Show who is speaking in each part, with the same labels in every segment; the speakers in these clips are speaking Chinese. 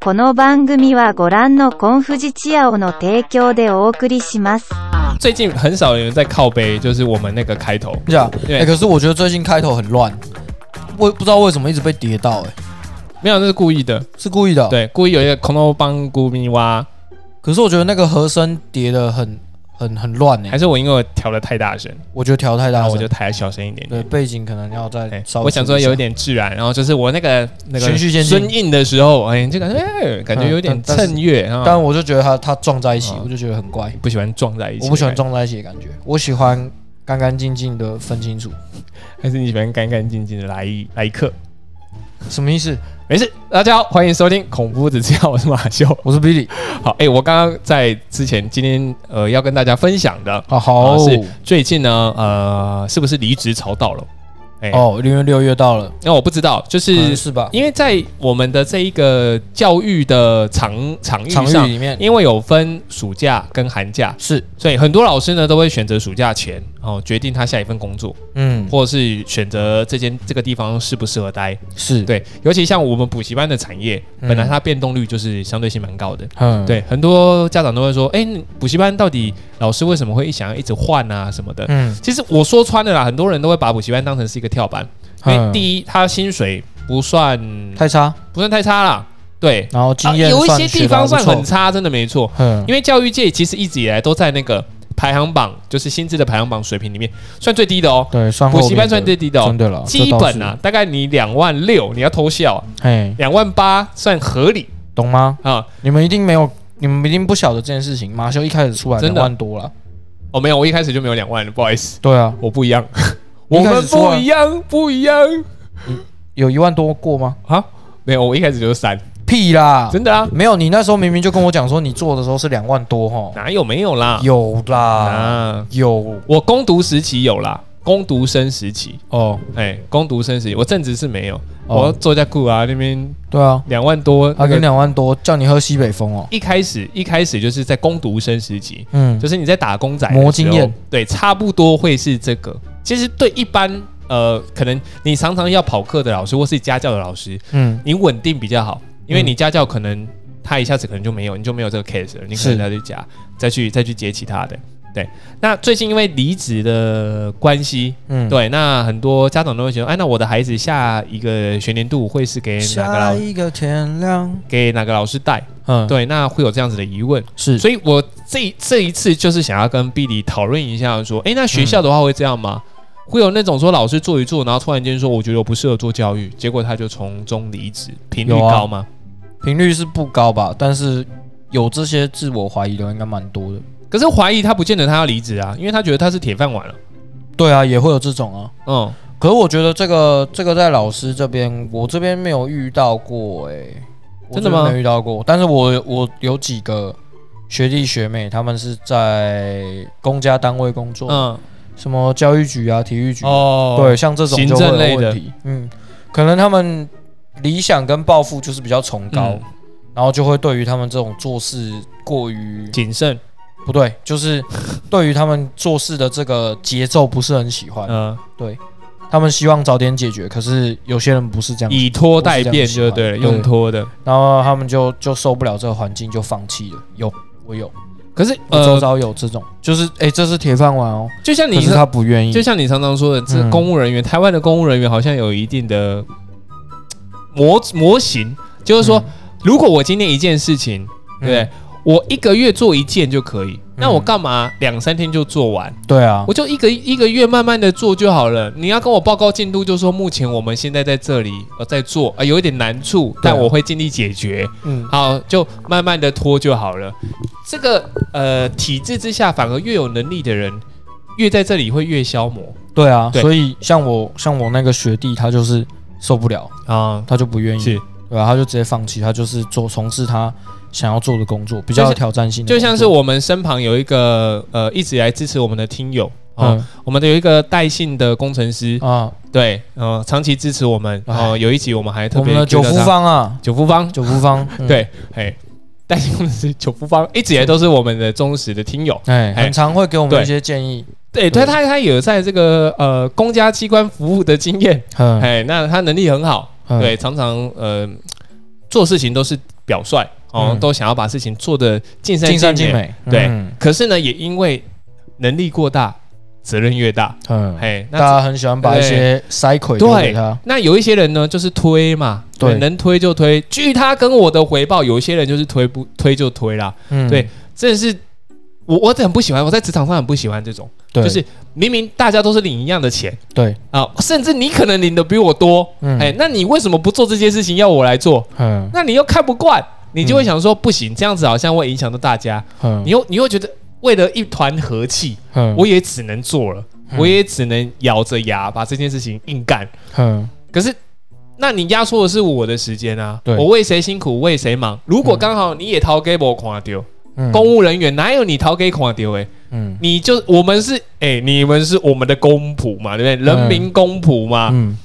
Speaker 1: この番組はご覧のコンフジチアオの提供でお送りします。
Speaker 2: 最近很少有人在靠背，就是我们那个开头。
Speaker 3: 是啊，
Speaker 2: 对
Speaker 3: 哎、可是我觉得最近开头很乱，我也不知道为什么一直被跌到、哎，
Speaker 2: 没有，那是故意的。
Speaker 3: 是故意的、，啊
Speaker 2: 对，故意有一个空头帮古米蛙，
Speaker 3: 可是我觉得那个和声叠的很很很乱、哎，
Speaker 2: 还是我因为我调的太大声，
Speaker 3: 我觉得调太
Speaker 2: 然
Speaker 3: 大
Speaker 2: 后
Speaker 3: 声，
Speaker 2: 我就抬小声一点
Speaker 3: 对
Speaker 2: 点。
Speaker 3: 背景可能要再
Speaker 2: 哎
Speaker 3: 稍微、
Speaker 2: 我想说有一。点自然，然后就是我那个那个
Speaker 3: 循序渐进
Speaker 2: 声印的时候，哎，这个哎感觉有点
Speaker 3: 嗯但但是
Speaker 2: 衬乐，然后
Speaker 3: 但我就觉得它它撞在一起，
Speaker 2: 嗯
Speaker 3: 我就觉得很怪。
Speaker 2: 不喜欢撞在一起。
Speaker 3: 我不喜欢，撞在一起的感觉，我喜欢干干净净的分清楚。
Speaker 2: 哎还是你喜欢干干净净的来一来一刻？
Speaker 3: 什么意思？
Speaker 2: 没事，大家好，欢迎收听《恐怖只知道我是马修》。
Speaker 3: 我是 Billy。
Speaker 2: 好，哎，我刚刚在之前今天呃要跟大家分享的，
Speaker 3: 啊
Speaker 2: 哦
Speaker 3: 好，
Speaker 2: 是最近呢，呃，是不是离职潮到了？哎、
Speaker 3: 哦，因为六月到了，
Speaker 2: 那我不知道，就
Speaker 3: 嗯
Speaker 2: 是
Speaker 3: 是吧？
Speaker 2: 因为在我们的这一个教育的场场域
Speaker 3: 场
Speaker 2: 上，
Speaker 3: 域里面
Speaker 2: 因为有分暑假跟寒假，
Speaker 3: 是，
Speaker 2: 所以很多老师呢都会选择暑假前哦，决定他下一份工作，
Speaker 3: 嗯，
Speaker 2: 或是选择这间这个地方适不适合待。
Speaker 3: 是，，
Speaker 2: 对，尤其像我们补习班的产业，
Speaker 3: 嗯
Speaker 2: 本来它变动率就是相对性蛮高的。
Speaker 3: 嗯，
Speaker 2: 对，很多家长都会说，哎、你补习班到底老师为什么会想要一直换啊什么的？
Speaker 3: 嗯，
Speaker 2: 其实我说穿了啦，很多人都会把补习班当成是一个跳板，因为
Speaker 3: 嗯
Speaker 2: 第一，他薪水不算
Speaker 3: 太差，
Speaker 2: 不算太差啦，对，
Speaker 3: 然后经验、
Speaker 2: 啊有一
Speaker 3: 算
Speaker 2: 些地
Speaker 3: 学得还
Speaker 2: 方
Speaker 3: 不
Speaker 2: 算很
Speaker 3: 错，
Speaker 2: 差，真的没错。
Speaker 3: 嗯，
Speaker 2: 因为教育界其实一直以来都在那个排行榜，就是薪资的排行榜水平里面算最低的哦，
Speaker 3: 对，算后
Speaker 2: 补习
Speaker 3: 面
Speaker 2: 班
Speaker 3: 的
Speaker 2: 算最低的哦
Speaker 3: 真，的了，
Speaker 2: 基
Speaker 3: 这倒
Speaker 2: 本
Speaker 3: 是
Speaker 2: 啊，，大概你两万六，你要偷笑，
Speaker 3: 嘿，
Speaker 2: 两万八算合理
Speaker 3: 懂吗？
Speaker 2: 啊。
Speaker 3: 你们一定没有，你们一定不晓得这件事情。马修一开始出来
Speaker 2: 真
Speaker 3: 两
Speaker 2: 的
Speaker 3: 万多了，
Speaker 2: 哦，没有，我一开始就没有两万，不好意思，
Speaker 3: 对啊，
Speaker 2: 我不一样，
Speaker 3: 你
Speaker 2: 我
Speaker 3: 一开始
Speaker 2: 们
Speaker 3: 说
Speaker 2: 不
Speaker 3: 啊
Speaker 2: 一样，不一样
Speaker 3: 有一万多过吗？
Speaker 2: 啊。没有，我一开始就是三，
Speaker 3: 屁啦，
Speaker 2: 真的啊，
Speaker 3: 没有。你那时候明明就跟我讲说，你做的时候是两万多吼，
Speaker 2: 哪有没有啦？
Speaker 3: 有啦，
Speaker 2: 啊，
Speaker 3: 有
Speaker 2: 我攻读时期有啦，攻读生时期，
Speaker 3: 哦，
Speaker 2: 哎，攻读生时期，我正职是没有，
Speaker 3: 哦
Speaker 2: 我做在库啊那边
Speaker 3: 对啊，
Speaker 2: 两万多，
Speaker 3: 他
Speaker 2: 那
Speaker 3: 给
Speaker 2: 个
Speaker 3: 两万多，叫你喝西北风哦，
Speaker 2: 一开始一开始就是在攻读生时期，
Speaker 3: 嗯
Speaker 2: 就，是你在打工仔的
Speaker 3: 磨
Speaker 2: 时
Speaker 3: 经
Speaker 2: 候
Speaker 3: 验，
Speaker 2: 对，差不多会是这个。其实对一般呃，可能你常常要跑课的老师或是家教的老师，
Speaker 3: 嗯，
Speaker 2: 你稳定比较好，因为
Speaker 3: 嗯
Speaker 2: 你家教可能他一下子可能就没有，你就没有这个 case 了，你可
Speaker 3: 是
Speaker 2: 能再去加，再去再去接其他的。对，那最近因为离职的关系，
Speaker 3: 嗯，
Speaker 2: 对，那很多家长都会觉得，哎，那我的孩子下一个学年度会是给哪个
Speaker 3: 下
Speaker 2: 老
Speaker 3: 一个天亮，
Speaker 2: 给哪个老师带？
Speaker 3: 嗯，，
Speaker 2: 对，那会有这样子的疑问。
Speaker 3: 是，
Speaker 2: 所以我这这一次就是想要跟 Billy 讨论一下，说，哎，那学校的话会这样
Speaker 3: 嗯
Speaker 2: 吗？会有那种说老师做一做，然后突然间说我觉得我不适合做教育，结果他就从中离职，频率
Speaker 3: 有啊
Speaker 2: 高吗？
Speaker 3: 频率是不高吧，但是有这些自我怀疑的应该蛮多的。
Speaker 2: 可是怀疑他不见得他要离职啊，因为他觉得他是铁饭碗了。
Speaker 3: 对啊，也会有这种啊。
Speaker 2: 嗯，
Speaker 3: 可是我觉得这个这个在老师这边，我这边没有遇到过哎、我
Speaker 2: 真的吗
Speaker 3: 这边没遇到过，但是我我有几个学弟学妹，他们是在公家单位工作，
Speaker 2: 嗯，
Speaker 3: 什么教育局啊、体育局，
Speaker 2: 哦，
Speaker 3: 对，，像这种
Speaker 2: 行
Speaker 3: 就会
Speaker 2: 政
Speaker 3: 有
Speaker 2: 类的
Speaker 3: 问题。嗯，可能他们理想跟抱负就是比较崇高，
Speaker 2: 嗯
Speaker 3: 然后就会对于他们这种做事过于
Speaker 2: 谨慎，
Speaker 3: 不对，就是对于他们做事的这个节奏不是很喜欢。
Speaker 2: 嗯，
Speaker 3: 他们希望早点解决，可是有些人不是这样，
Speaker 2: 以拖代变就对了，
Speaker 3: 我是这样喜欢
Speaker 2: 用拖的。
Speaker 3: 然后他们就就受不了这个环境，就放弃了。有，我有，
Speaker 2: 可是
Speaker 3: 我周
Speaker 2: 呃，
Speaker 3: 遭有这种，就是哎，这是铁饭碗哦，
Speaker 2: 就像
Speaker 3: 可
Speaker 2: 你
Speaker 3: 是他不愿意
Speaker 2: 就。像你常常说的，这
Speaker 3: 嗯
Speaker 2: 公务人员，台湾的公务人员好像有一定的嘖模模型，就是说，如果我今天一件事情，对不对
Speaker 3: 嗯，
Speaker 2: 我一个月做一件就可以，那我干嘛两三天就做完？
Speaker 3: 对啊
Speaker 2: 我，就一个一个月慢慢的做就好了。你要跟我报告进度，就说目前我们现在在这里呃在做，啊、有一点难处，
Speaker 3: 对啊
Speaker 2: 但我会尽力解决。
Speaker 3: 嗯，
Speaker 2: 好，就慢慢的拖就好了。这个呃体制之下，反而越有能力的人，越在这里会越消磨
Speaker 3: 对啊，
Speaker 2: 对
Speaker 3: 所以像我像我那个学弟，他就是受不了，
Speaker 2: 啊。
Speaker 3: 他就不愿意，
Speaker 2: 是，
Speaker 3: 对啊，他就直接放弃，他就是做从事他想要做的工作，比
Speaker 2: 就
Speaker 3: 较有
Speaker 2: 像
Speaker 3: 挑战性的
Speaker 2: 就像
Speaker 3: 工
Speaker 2: 是
Speaker 3: 作，
Speaker 2: 我们身旁有一个呃一直以来支持我们的听友啊、哦我们的有一个戴姓的工程师，
Speaker 3: 嗯啊，
Speaker 2: 对，呃，长期支持我们。哦，
Speaker 3: 哎
Speaker 2: 有一集我们还特
Speaker 3: 我
Speaker 2: 别
Speaker 3: 们的
Speaker 2: cue
Speaker 3: 九
Speaker 2: 到
Speaker 3: 福
Speaker 2: 他
Speaker 3: 方啊，
Speaker 2: 九福方
Speaker 3: 九 福方，嗯，
Speaker 2: 对，哎，戴姓工程师九福方一直以来都是我们的忠实的听友，
Speaker 3: 哎，
Speaker 2: 哎
Speaker 3: 很常会给我们
Speaker 2: 对
Speaker 3: 一些建议，
Speaker 2: 对，他他他有在这个呃公家机关服务的经验，
Speaker 3: 嗯，
Speaker 2: 哎，那他能力很好，
Speaker 3: 嗯
Speaker 2: 对，常常呃做事情都是表率哦，
Speaker 3: 嗯
Speaker 2: 都想要把事情做得尽善
Speaker 3: 尽善
Speaker 2: 尽
Speaker 3: 尽
Speaker 2: 美。
Speaker 3: 美，
Speaker 2: 对
Speaker 3: 嗯
Speaker 2: 可是呢，也因为能力过大，责任越大。
Speaker 3: 嗯，
Speaker 2: 嘿，哎那
Speaker 3: 大家很喜欢把一些塞葵丢给
Speaker 2: 对
Speaker 3: 他，，
Speaker 2: 那有一些人呢，就是推嘛，
Speaker 3: 对
Speaker 2: 能推就推。据他跟我的回报，有一些人就是推不推就推啦，
Speaker 3: 嗯，
Speaker 2: 对真的是我我很不喜欢，我在职场上很不喜欢这种，
Speaker 3: 对，
Speaker 2: 就是明明大家都是领一样的钱
Speaker 3: 对，
Speaker 2: 啊、甚至你可能领的比我多，
Speaker 3: 嗯，
Speaker 2: 哎、那你为什么不做这件事情要我来做？
Speaker 3: 嗯
Speaker 2: 那你又看不惯，你就会想说、不行，这样子好像会影响到大家，
Speaker 3: 嗯，
Speaker 2: 你又你又觉得为了一团和气，
Speaker 3: 嗯
Speaker 2: 我也只能做了，
Speaker 3: 嗯
Speaker 2: 我也只能咬着牙把这件事情硬干。
Speaker 3: 嗯
Speaker 2: 可是，那你压缩的是我的时间啊，
Speaker 3: 对
Speaker 2: 我为谁辛苦为谁忙。如果刚好你也逃给我垮丢，
Speaker 3: 嗯
Speaker 2: 公务人员哪有你逃给垮丢？哎，
Speaker 3: 嗯
Speaker 2: 你就我们是哎、你们是我们的公仆嘛，对不对？
Speaker 3: 嗯
Speaker 2: 人民公仆嘛，
Speaker 3: 嗯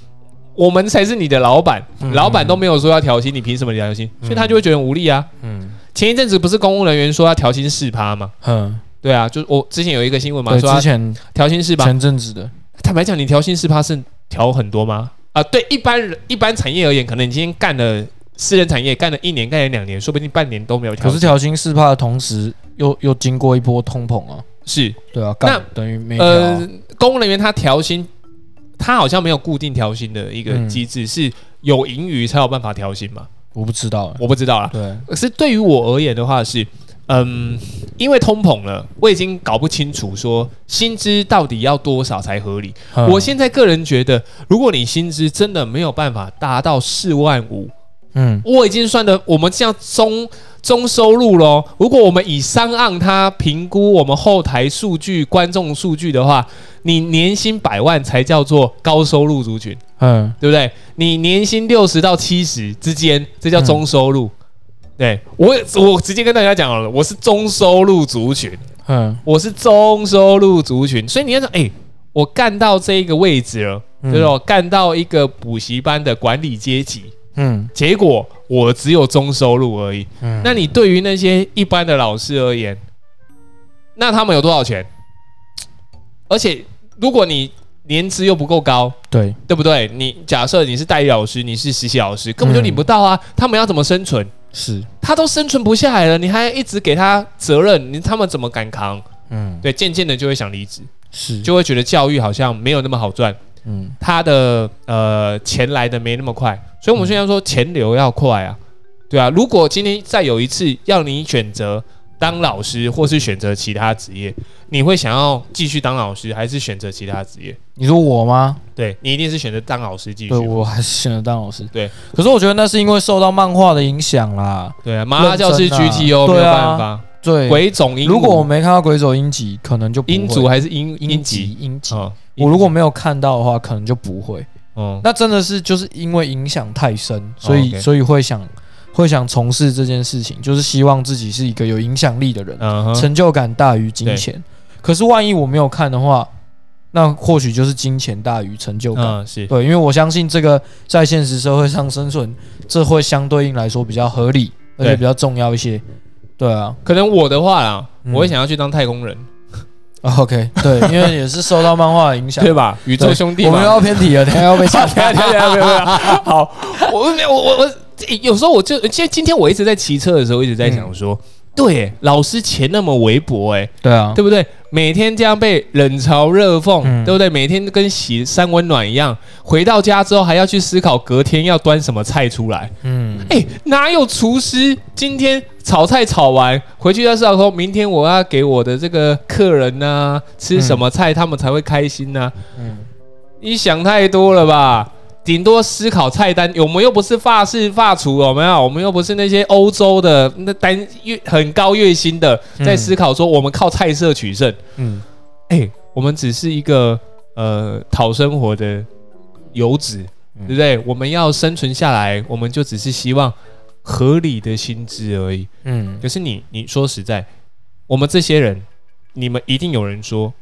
Speaker 2: 我们才是你的老板，
Speaker 3: 嗯
Speaker 2: 老板都没有说要调薪，你凭什么调薪？所以他就会觉得很无力啊。
Speaker 3: 嗯
Speaker 2: 前一阵子不是公务人员说要调薪四趴嘛？
Speaker 3: 嗯，
Speaker 2: 对啊，就我之前有一个新闻嘛，
Speaker 3: 对，
Speaker 2: 说要啊
Speaker 3: 之前
Speaker 2: 调薪四趴，
Speaker 3: 前阵子的，
Speaker 2: 坦白讲，你调薪四趴是调很多吗？啊，对一般人一般产业而言，可能你今天干了私人产业，干了一年，干了两年，说不定半年都没有调
Speaker 3: 可
Speaker 2: 薪。
Speaker 3: 是调薪四怕的同时，又又经过一波通膨啊，
Speaker 2: 是
Speaker 3: 对啊，
Speaker 2: 那
Speaker 3: 干等于没调啊
Speaker 2: 呃，公务人员他调薪，他好像没有固定调薪的一个
Speaker 3: 嗯
Speaker 2: 机制，是有盈余才有办法调薪嘛？
Speaker 3: 我不知道啊，
Speaker 2: 我不知道啦。
Speaker 3: 对，
Speaker 2: 可是对于我而言的话是，嗯，因为通膨了，我已经搞不清楚说薪资到底要多少才合理。
Speaker 3: 嗯
Speaker 2: 我现在个人觉得，如果你薪资真的没有办法达到四万五，
Speaker 3: 嗯
Speaker 2: 我已经算的，我们这样中中收入咯。如果我们以上岸它评估我们后台数据、观众数据的话，你年薪百万才叫做高收入族群，
Speaker 3: 嗯
Speaker 2: 对不对？你年薪六十到七十之间，这叫中收入。对我，我直接跟大家讲好了，我是中收入族群，
Speaker 3: 嗯
Speaker 2: 我是中收入族群，所以你要想，哎、我干到这一个位置了，
Speaker 3: 嗯
Speaker 2: 就是我干到一个补习班的管理阶级，
Speaker 3: 嗯
Speaker 2: 结果我只有中收入而已。
Speaker 3: 嗯，
Speaker 2: 那你对于那些一般的老师而言，那他们有多少钱？而且如果你年资又不够高，
Speaker 3: 对，
Speaker 2: 对不对？你假设你是代理老师，你是实习老师，根本就领不到啊！他们要怎么生存？
Speaker 3: 是，
Speaker 2: 他都生存不下来了，你还一直给他责任，你他们怎么敢扛？
Speaker 3: 嗯
Speaker 2: 对，渐渐的就会想离职，
Speaker 3: 是，
Speaker 2: 就会觉得教育好像没有那么好赚，
Speaker 3: 嗯
Speaker 2: 他的呃钱来的没那么快，所以我们现在说钱流要快啊，对啊。如果今天再有一次要你选择当老师，或是选择其他职业，你会想要继续当老师，还是选择其他职业？
Speaker 3: 你说我吗？
Speaker 2: 对你一定是选择当老师继续
Speaker 3: 对。我还是选择当老师，
Speaker 2: 对，
Speaker 3: 可是我觉得那是因为受到漫画的影响啦，
Speaker 2: 对啊，麻辣教师
Speaker 3: 认真啊
Speaker 2: GTO、没
Speaker 3: 对
Speaker 2: 有
Speaker 3: 啊
Speaker 2: 办法，
Speaker 3: 对，
Speaker 2: 鬼冢英武
Speaker 3: 如果我没看到《鬼手英吉》，可能就不会
Speaker 2: 英族还是英
Speaker 3: 英
Speaker 2: 英
Speaker 3: 吉
Speaker 2: 籍
Speaker 3: 英吉。
Speaker 2: 啊，
Speaker 3: 我如果没有看到的话，可能就不会。
Speaker 2: 嗯
Speaker 3: 那真的是就是因为影响太深，所
Speaker 2: 哦
Speaker 3: 以、
Speaker 2: ，OK
Speaker 3: 所以会想会想从事这件事情，就是希望自己是一个有影响力的人，
Speaker 2: 嗯哼
Speaker 3: 成就感大于金钱。可是万一我没有看的话，那或许就是金钱大于成就感。
Speaker 2: 嗯是
Speaker 3: 对，因为我相信这个在现实社会上生存，这会相对应来说比较合理，而且
Speaker 2: 对
Speaker 3: 比较重要一些。对啊
Speaker 2: 可能我的话啦，
Speaker 3: 嗯
Speaker 2: 我会想要去当太空人，
Speaker 3: 哦，OK，对，因为也是受到漫画的影响
Speaker 2: 对。吧？宇宙
Speaker 3: 对
Speaker 2: 兄弟
Speaker 3: 我
Speaker 2: 嘛
Speaker 3: 们又要偏题了，等一下 要被下
Speaker 2: 等一下等一下，没有没有。好， 我没有我我我这有时候我就今今天我一直在骑车的时候，一直在
Speaker 3: 嗯
Speaker 2: 想说，对耶，老师钱那么微薄，哎，
Speaker 3: 对啊，
Speaker 2: 对不对？每天这样被冷嘲热讽，
Speaker 3: 嗯
Speaker 2: 对不对？每天跟洗三温暖一样，回到家之后还要去思考隔天要端什么菜出来。
Speaker 3: 嗯，
Speaker 2: 哎，哪有厨师今天炒菜炒完回去要思考说，明天我要给我的这个客人呢、吃什么菜，他们才会开心呢、
Speaker 3: 嗯
Speaker 2: 你想太多了吧？顶多思考菜单，我们又不是法式法厨，有没有？我们又不是那些欧洲的那单月很高月薪的，
Speaker 3: 嗯
Speaker 2: 在思考说我们靠菜色取胜。
Speaker 3: 嗯，
Speaker 2: 哎、我们只是一个呃讨生活的游子，
Speaker 3: 嗯
Speaker 2: 对不对？我们要生存下来，我们就只是希望合理的薪资而已。
Speaker 3: 嗯
Speaker 2: 可是你，你说实在，我们这些人，你们一定有人说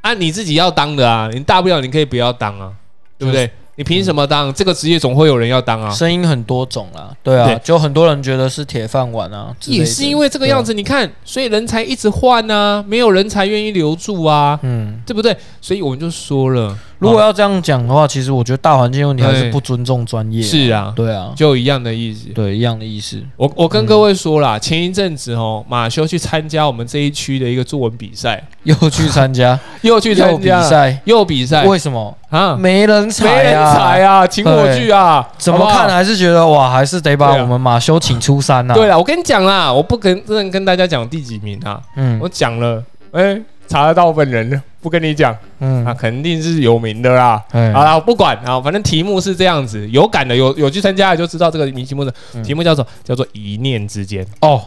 Speaker 2: 啊，你自己要当的啊，你大不了你可以不要当啊，对不对？你凭什么当、这个职业？总会有人要当啊。
Speaker 3: 声音很多种啦，对啊，
Speaker 2: 对
Speaker 3: 就很多人觉得是铁饭碗啊，之类的
Speaker 2: 也是因为这个样，子，啊你看，所以人才一直换啊，没有人才愿意留住啊，
Speaker 3: 对啊嗯，
Speaker 2: 对不对？所以我们就说了，
Speaker 3: 如果要这样讲的话，其实我觉得大环境问题还是不尊重专业。，
Speaker 2: 是啊，
Speaker 3: 对啊，
Speaker 2: 就一样的意思。
Speaker 3: 对一样的意思。
Speaker 2: 我我跟
Speaker 3: 嗯
Speaker 2: 各位说啦，前一阵子哦，马修去参加我们这一区的一个作文比赛，
Speaker 3: 又去参加，
Speaker 2: 又 去
Speaker 3: 又
Speaker 2: 参
Speaker 3: 比
Speaker 2: 加了，
Speaker 3: 赛，
Speaker 2: 又比赛
Speaker 3: 为什么
Speaker 2: 啊，
Speaker 3: 没人
Speaker 2: 没
Speaker 3: 踩
Speaker 2: 人
Speaker 3: 啊？
Speaker 2: 踩啊，请我去啊，
Speaker 3: 怎么看
Speaker 2: 啊？
Speaker 3: 还是觉得哇，还是得把
Speaker 2: 对啊
Speaker 3: 我们马修请出山啊呐、
Speaker 2: 对，了，我跟你讲啦，我不跟不能跟大家讲第几名啊，
Speaker 3: 嗯
Speaker 2: 我讲了，哎，查得到本人了，不跟你讲啊，
Speaker 3: 嗯，
Speaker 2: 肯定是有名的啦。
Speaker 3: 哎
Speaker 2: 好，啦，我不管啊，反正题目是这样子，有感的有有去参加的就知道这个名题目的
Speaker 3: 嗯
Speaker 2: 题目叫做叫做一念之间，
Speaker 3: 哦，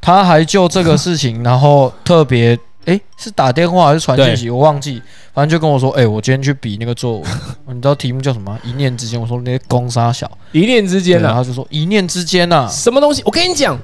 Speaker 3: 他还就这个 事情，然后特别。哎，是打电话还是传讯息？我忘记，反正就跟我说，哎，我今天去比那个作文， 你知道题目叫什么吗？一念之间。我说那些公杀小，
Speaker 2: 一念之
Speaker 3: 对
Speaker 2: 间
Speaker 3: 然
Speaker 2: 啊，
Speaker 3: 后就说一念之间啊呐，
Speaker 2: 什么东西？我跟你讲，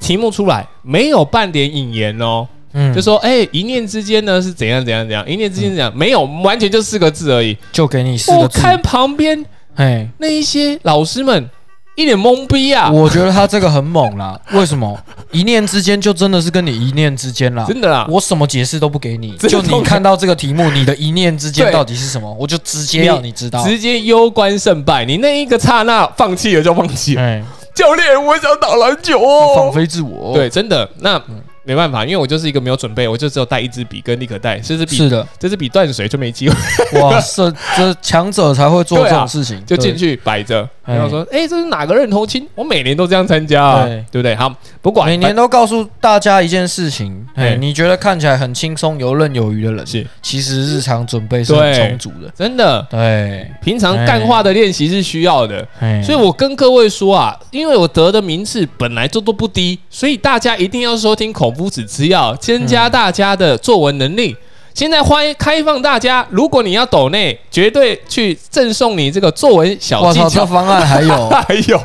Speaker 2: 题目出来没有半点引言哦，
Speaker 3: 嗯，
Speaker 2: 就说哎、一念之间呢是怎样怎样怎样，一念之间是怎样，没有，完全就四个字而已。
Speaker 3: 就给你四
Speaker 2: 我
Speaker 3: 个字。
Speaker 2: 看旁边
Speaker 3: 哎，
Speaker 2: 那一些老师们一脸懵逼啊，
Speaker 3: 我觉得他这个很猛啦。为什么？一念之间就真的是跟你一念之间啦。
Speaker 2: 真的啦，
Speaker 3: 我什么解释都不 给你，
Speaker 2: 真的
Speaker 3: 就
Speaker 2: 啊都
Speaker 3: 你
Speaker 2: 没
Speaker 3: 看到这个题目，你的一念之间
Speaker 2: 对
Speaker 3: 到底是什么，我就直接
Speaker 2: 你
Speaker 3: 要你知道。
Speaker 2: 直接攸关胜败，你那一个刹那放弃了就放弃了。
Speaker 3: 哎，
Speaker 2: 教练，我想打篮球哦，
Speaker 3: 放飞自我。，
Speaker 2: 对，真的，那、
Speaker 3: 嗯
Speaker 2: 没办法，因为我就是一个没有准备，我就只有带一支笔跟立可带，这支笔
Speaker 3: 是的，
Speaker 2: 这支笔断水就没机会，
Speaker 3: 哇，这这强者才会做这种事情，
Speaker 2: 啊就进
Speaker 3: 对。
Speaker 2: 去摆着。
Speaker 3: 哎
Speaker 2: 然后说，哎、这是哪个认头青？我每年都这样参加、啊，
Speaker 3: 对
Speaker 2: 对不对？好，不管
Speaker 3: 每年都告诉大家一件事情，哎，
Speaker 2: 哎
Speaker 3: 你觉得看起来很轻松、游刃有余的人，
Speaker 2: 是
Speaker 3: 其实日常准备是很
Speaker 2: 对
Speaker 3: 充足的。
Speaker 2: 真的，
Speaker 3: 对，
Speaker 2: 平常干话的练习是需要的。
Speaker 3: 哎
Speaker 2: 所以，我跟各位说啊，因为我得的名次本来就都不低，所以大家一定要收听孔夫子之药，增
Speaker 3: 嗯
Speaker 2: 加大家的作文能力。现在欢迎开放大家，如果你要抖内，绝对去赠送你这个作文小
Speaker 3: 我
Speaker 2: 技
Speaker 3: 操，这
Speaker 2: 巧。
Speaker 3: 方案还 有，
Speaker 2: 还有。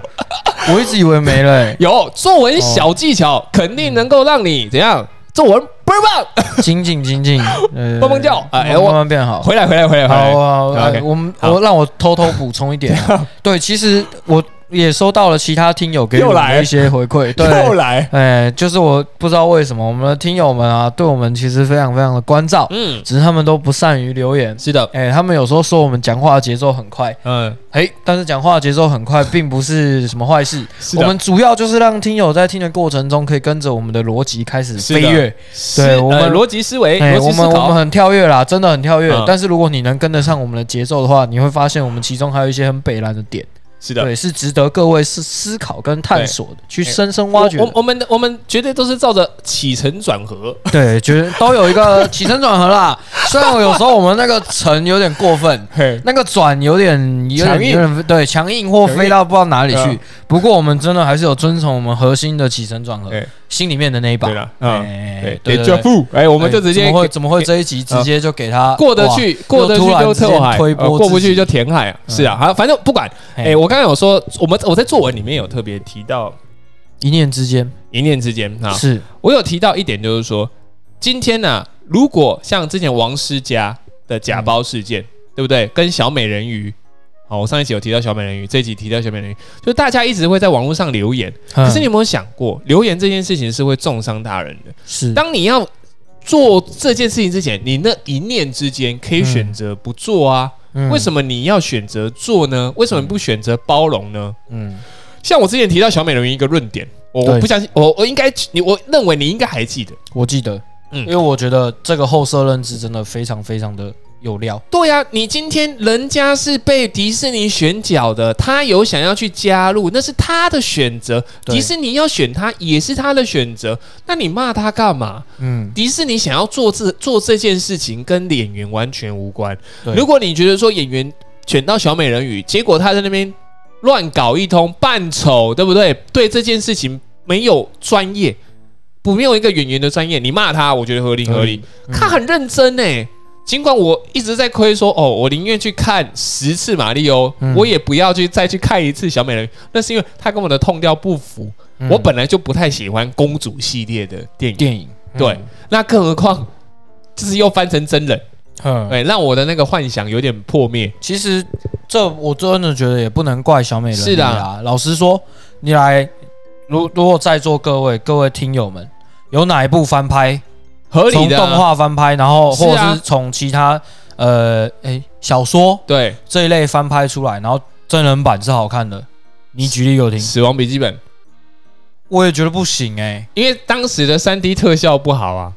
Speaker 3: 我一直以为没了、欸
Speaker 2: 有作文小技巧，肯
Speaker 3: 嗯
Speaker 2: 定能够让你怎样作文倍儿棒。
Speaker 3: 紧紧 紧紧，呃
Speaker 2: 蹦蹦跳哎
Speaker 3: 慢慢
Speaker 2: 我
Speaker 3: 慢慢变好。
Speaker 2: 回来回来回来回
Speaker 3: 好
Speaker 2: 来，
Speaker 3: 啊，
Speaker 2: OK，
Speaker 3: 呃我们
Speaker 2: 好
Speaker 3: 我让我偷偷补充一点啊， 对，其实我也收到了其他听友给
Speaker 2: 又
Speaker 3: 我
Speaker 2: 来
Speaker 3: 们一些 回馈，
Speaker 2: 又
Speaker 3: 对，
Speaker 2: 来，
Speaker 3: 哎，就是我不知道为什么我们的听友们啊，对我们其实非常非常的关照，
Speaker 2: 嗯，
Speaker 3: 只是他们都不善于留言，
Speaker 2: 是的，
Speaker 3: 哎，他们有时候说我们讲话节奏很快，
Speaker 2: 嗯，
Speaker 3: 哎，但是讲话节奏很快并不是什么坏事，
Speaker 2: 是
Speaker 3: 我
Speaker 2: 的，
Speaker 3: 们主要就是让听友在听的过程中可以跟着我们的逻辑开始
Speaker 2: 是的
Speaker 3: 飞跃，
Speaker 2: 是
Speaker 3: 对我们
Speaker 2: 呃逻辑思维，
Speaker 3: 哎、
Speaker 2: 逻辑
Speaker 3: 我
Speaker 2: 思
Speaker 3: 们我们
Speaker 2: 考，
Speaker 3: 很跳跃啦，真的很跳跃。
Speaker 2: 嗯
Speaker 3: 但是如果你能跟得上我们的节奏的话，你会发现我们其中还有一些很北蓝的点，
Speaker 2: 是的。
Speaker 3: 对，是值得各位是思考跟探索的，去
Speaker 2: 哎
Speaker 3: 深深挖掘的
Speaker 2: 我我我们的我们绝对都是照着起承转合，
Speaker 3: 对，觉得都有一个起承转合啦。虽然我有时候我们那个承有点过分。
Speaker 2: 嘿，
Speaker 3: 那个转有点有
Speaker 2: 强
Speaker 3: 点
Speaker 2: 硬
Speaker 3: 有点对强硬或
Speaker 2: 强硬
Speaker 3: 飞到不知道哪里
Speaker 2: 对
Speaker 3: 去
Speaker 2: 啊，
Speaker 3: 不过我们真的还是有遵从我们核心的起承转合
Speaker 2: 哎，
Speaker 3: 心里面的那一把
Speaker 2: 对。了，嗯，
Speaker 3: 哎
Speaker 2: 对，
Speaker 3: 对
Speaker 2: 对，
Speaker 3: 对
Speaker 2: 就
Speaker 3: 对
Speaker 2: 付，哎，我们就直
Speaker 3: 哎
Speaker 2: 接
Speaker 3: 怎么会怎么会这一集直
Speaker 2: 呃
Speaker 3: 接就给他
Speaker 2: 过得
Speaker 3: 哇
Speaker 2: 去，过得去
Speaker 3: 突然
Speaker 2: 就
Speaker 3: 之间
Speaker 2: 特海，
Speaker 3: 推
Speaker 2: 呃
Speaker 3: 波
Speaker 2: 过不
Speaker 3: 自己嗯
Speaker 2: 去就填海啊，是啊，好，反正不管，
Speaker 3: 嘿
Speaker 2: 哎，我刚才有说，我们我在作文里面有特别提到
Speaker 3: 一念之间
Speaker 2: 一念之间啊，
Speaker 3: 是
Speaker 2: 我有提到一点，就是说，今天呢、如果像之前王思佳的假包事件，对不对？跟小美人鱼，好，我上一集有提到小美人鱼，这一集提到小美人鱼，就大家一直会在网络上留言，
Speaker 3: 嗯
Speaker 2: 可是你有没有想过，留言这件事情是会重伤他人的？
Speaker 3: 是
Speaker 2: 当你要做这件事情之前，你那一念之间可以选择不做啊，
Speaker 3: 嗯
Speaker 2: 为什么你要选择做呢？为什么你不选择包容呢？
Speaker 3: 么？嗯，
Speaker 2: 像我之前提到小美人鱼一个论点，我
Speaker 3: 对
Speaker 2: 我不相信，我我应该你我认为你应该还记得。
Speaker 3: 我记得，
Speaker 2: 嗯
Speaker 3: 因为我觉得这个后设认知真的非常非常的有料。
Speaker 2: 对呀、你今天人家是被迪士尼选角的，他有想要去加入，那是他的选择。
Speaker 3: 对
Speaker 2: 迪士尼要选他也是他的选择，那你骂他干嘛？
Speaker 3: 嗯，
Speaker 2: 迪士尼想要做这做这件事情跟演员完全无关
Speaker 3: 对。
Speaker 2: 如果你觉得说演员选到小美人鱼，结果他在那边乱搞一通，扮丑，对不对？对这件事情没有专业，不没有一个演员的专业，你骂他，我觉得合情合理。
Speaker 3: 嗯
Speaker 2: 他很认真呢、尽管我一直在亏说，哦，我宁愿去看十次马里欧，
Speaker 3: 嗯
Speaker 2: 我也不要去再去看一次小美人鱼。那是因为他跟我的痛调不符，
Speaker 3: 嗯
Speaker 2: 我本来就不太喜欢公主系列的电影。
Speaker 3: 电影
Speaker 2: 对，那更何况就是又翻成真人，
Speaker 3: 嗯，
Speaker 2: 对，让我的那个幻想有点破灭。
Speaker 3: 其实这我真的觉得也不能怪小美人
Speaker 2: 是
Speaker 3: 鱼
Speaker 2: 的
Speaker 3: 啊。老实说，你来，如如果在座各位各位听友们。有哪一部翻拍？
Speaker 2: 合理
Speaker 3: 从
Speaker 2: 的
Speaker 3: 动
Speaker 2: 啊、
Speaker 3: 画翻拍，然后
Speaker 2: 是
Speaker 3: 或者
Speaker 2: 啊
Speaker 3: 是从其他呃，诶，小说
Speaker 2: 对，
Speaker 3: 这一类翻拍出来，然后真人版是好看的，你举例给我听。
Speaker 2: 《死亡笔记本》，
Speaker 3: 我也觉得不行哎、
Speaker 2: 因为当时的三 D 特效不好啊，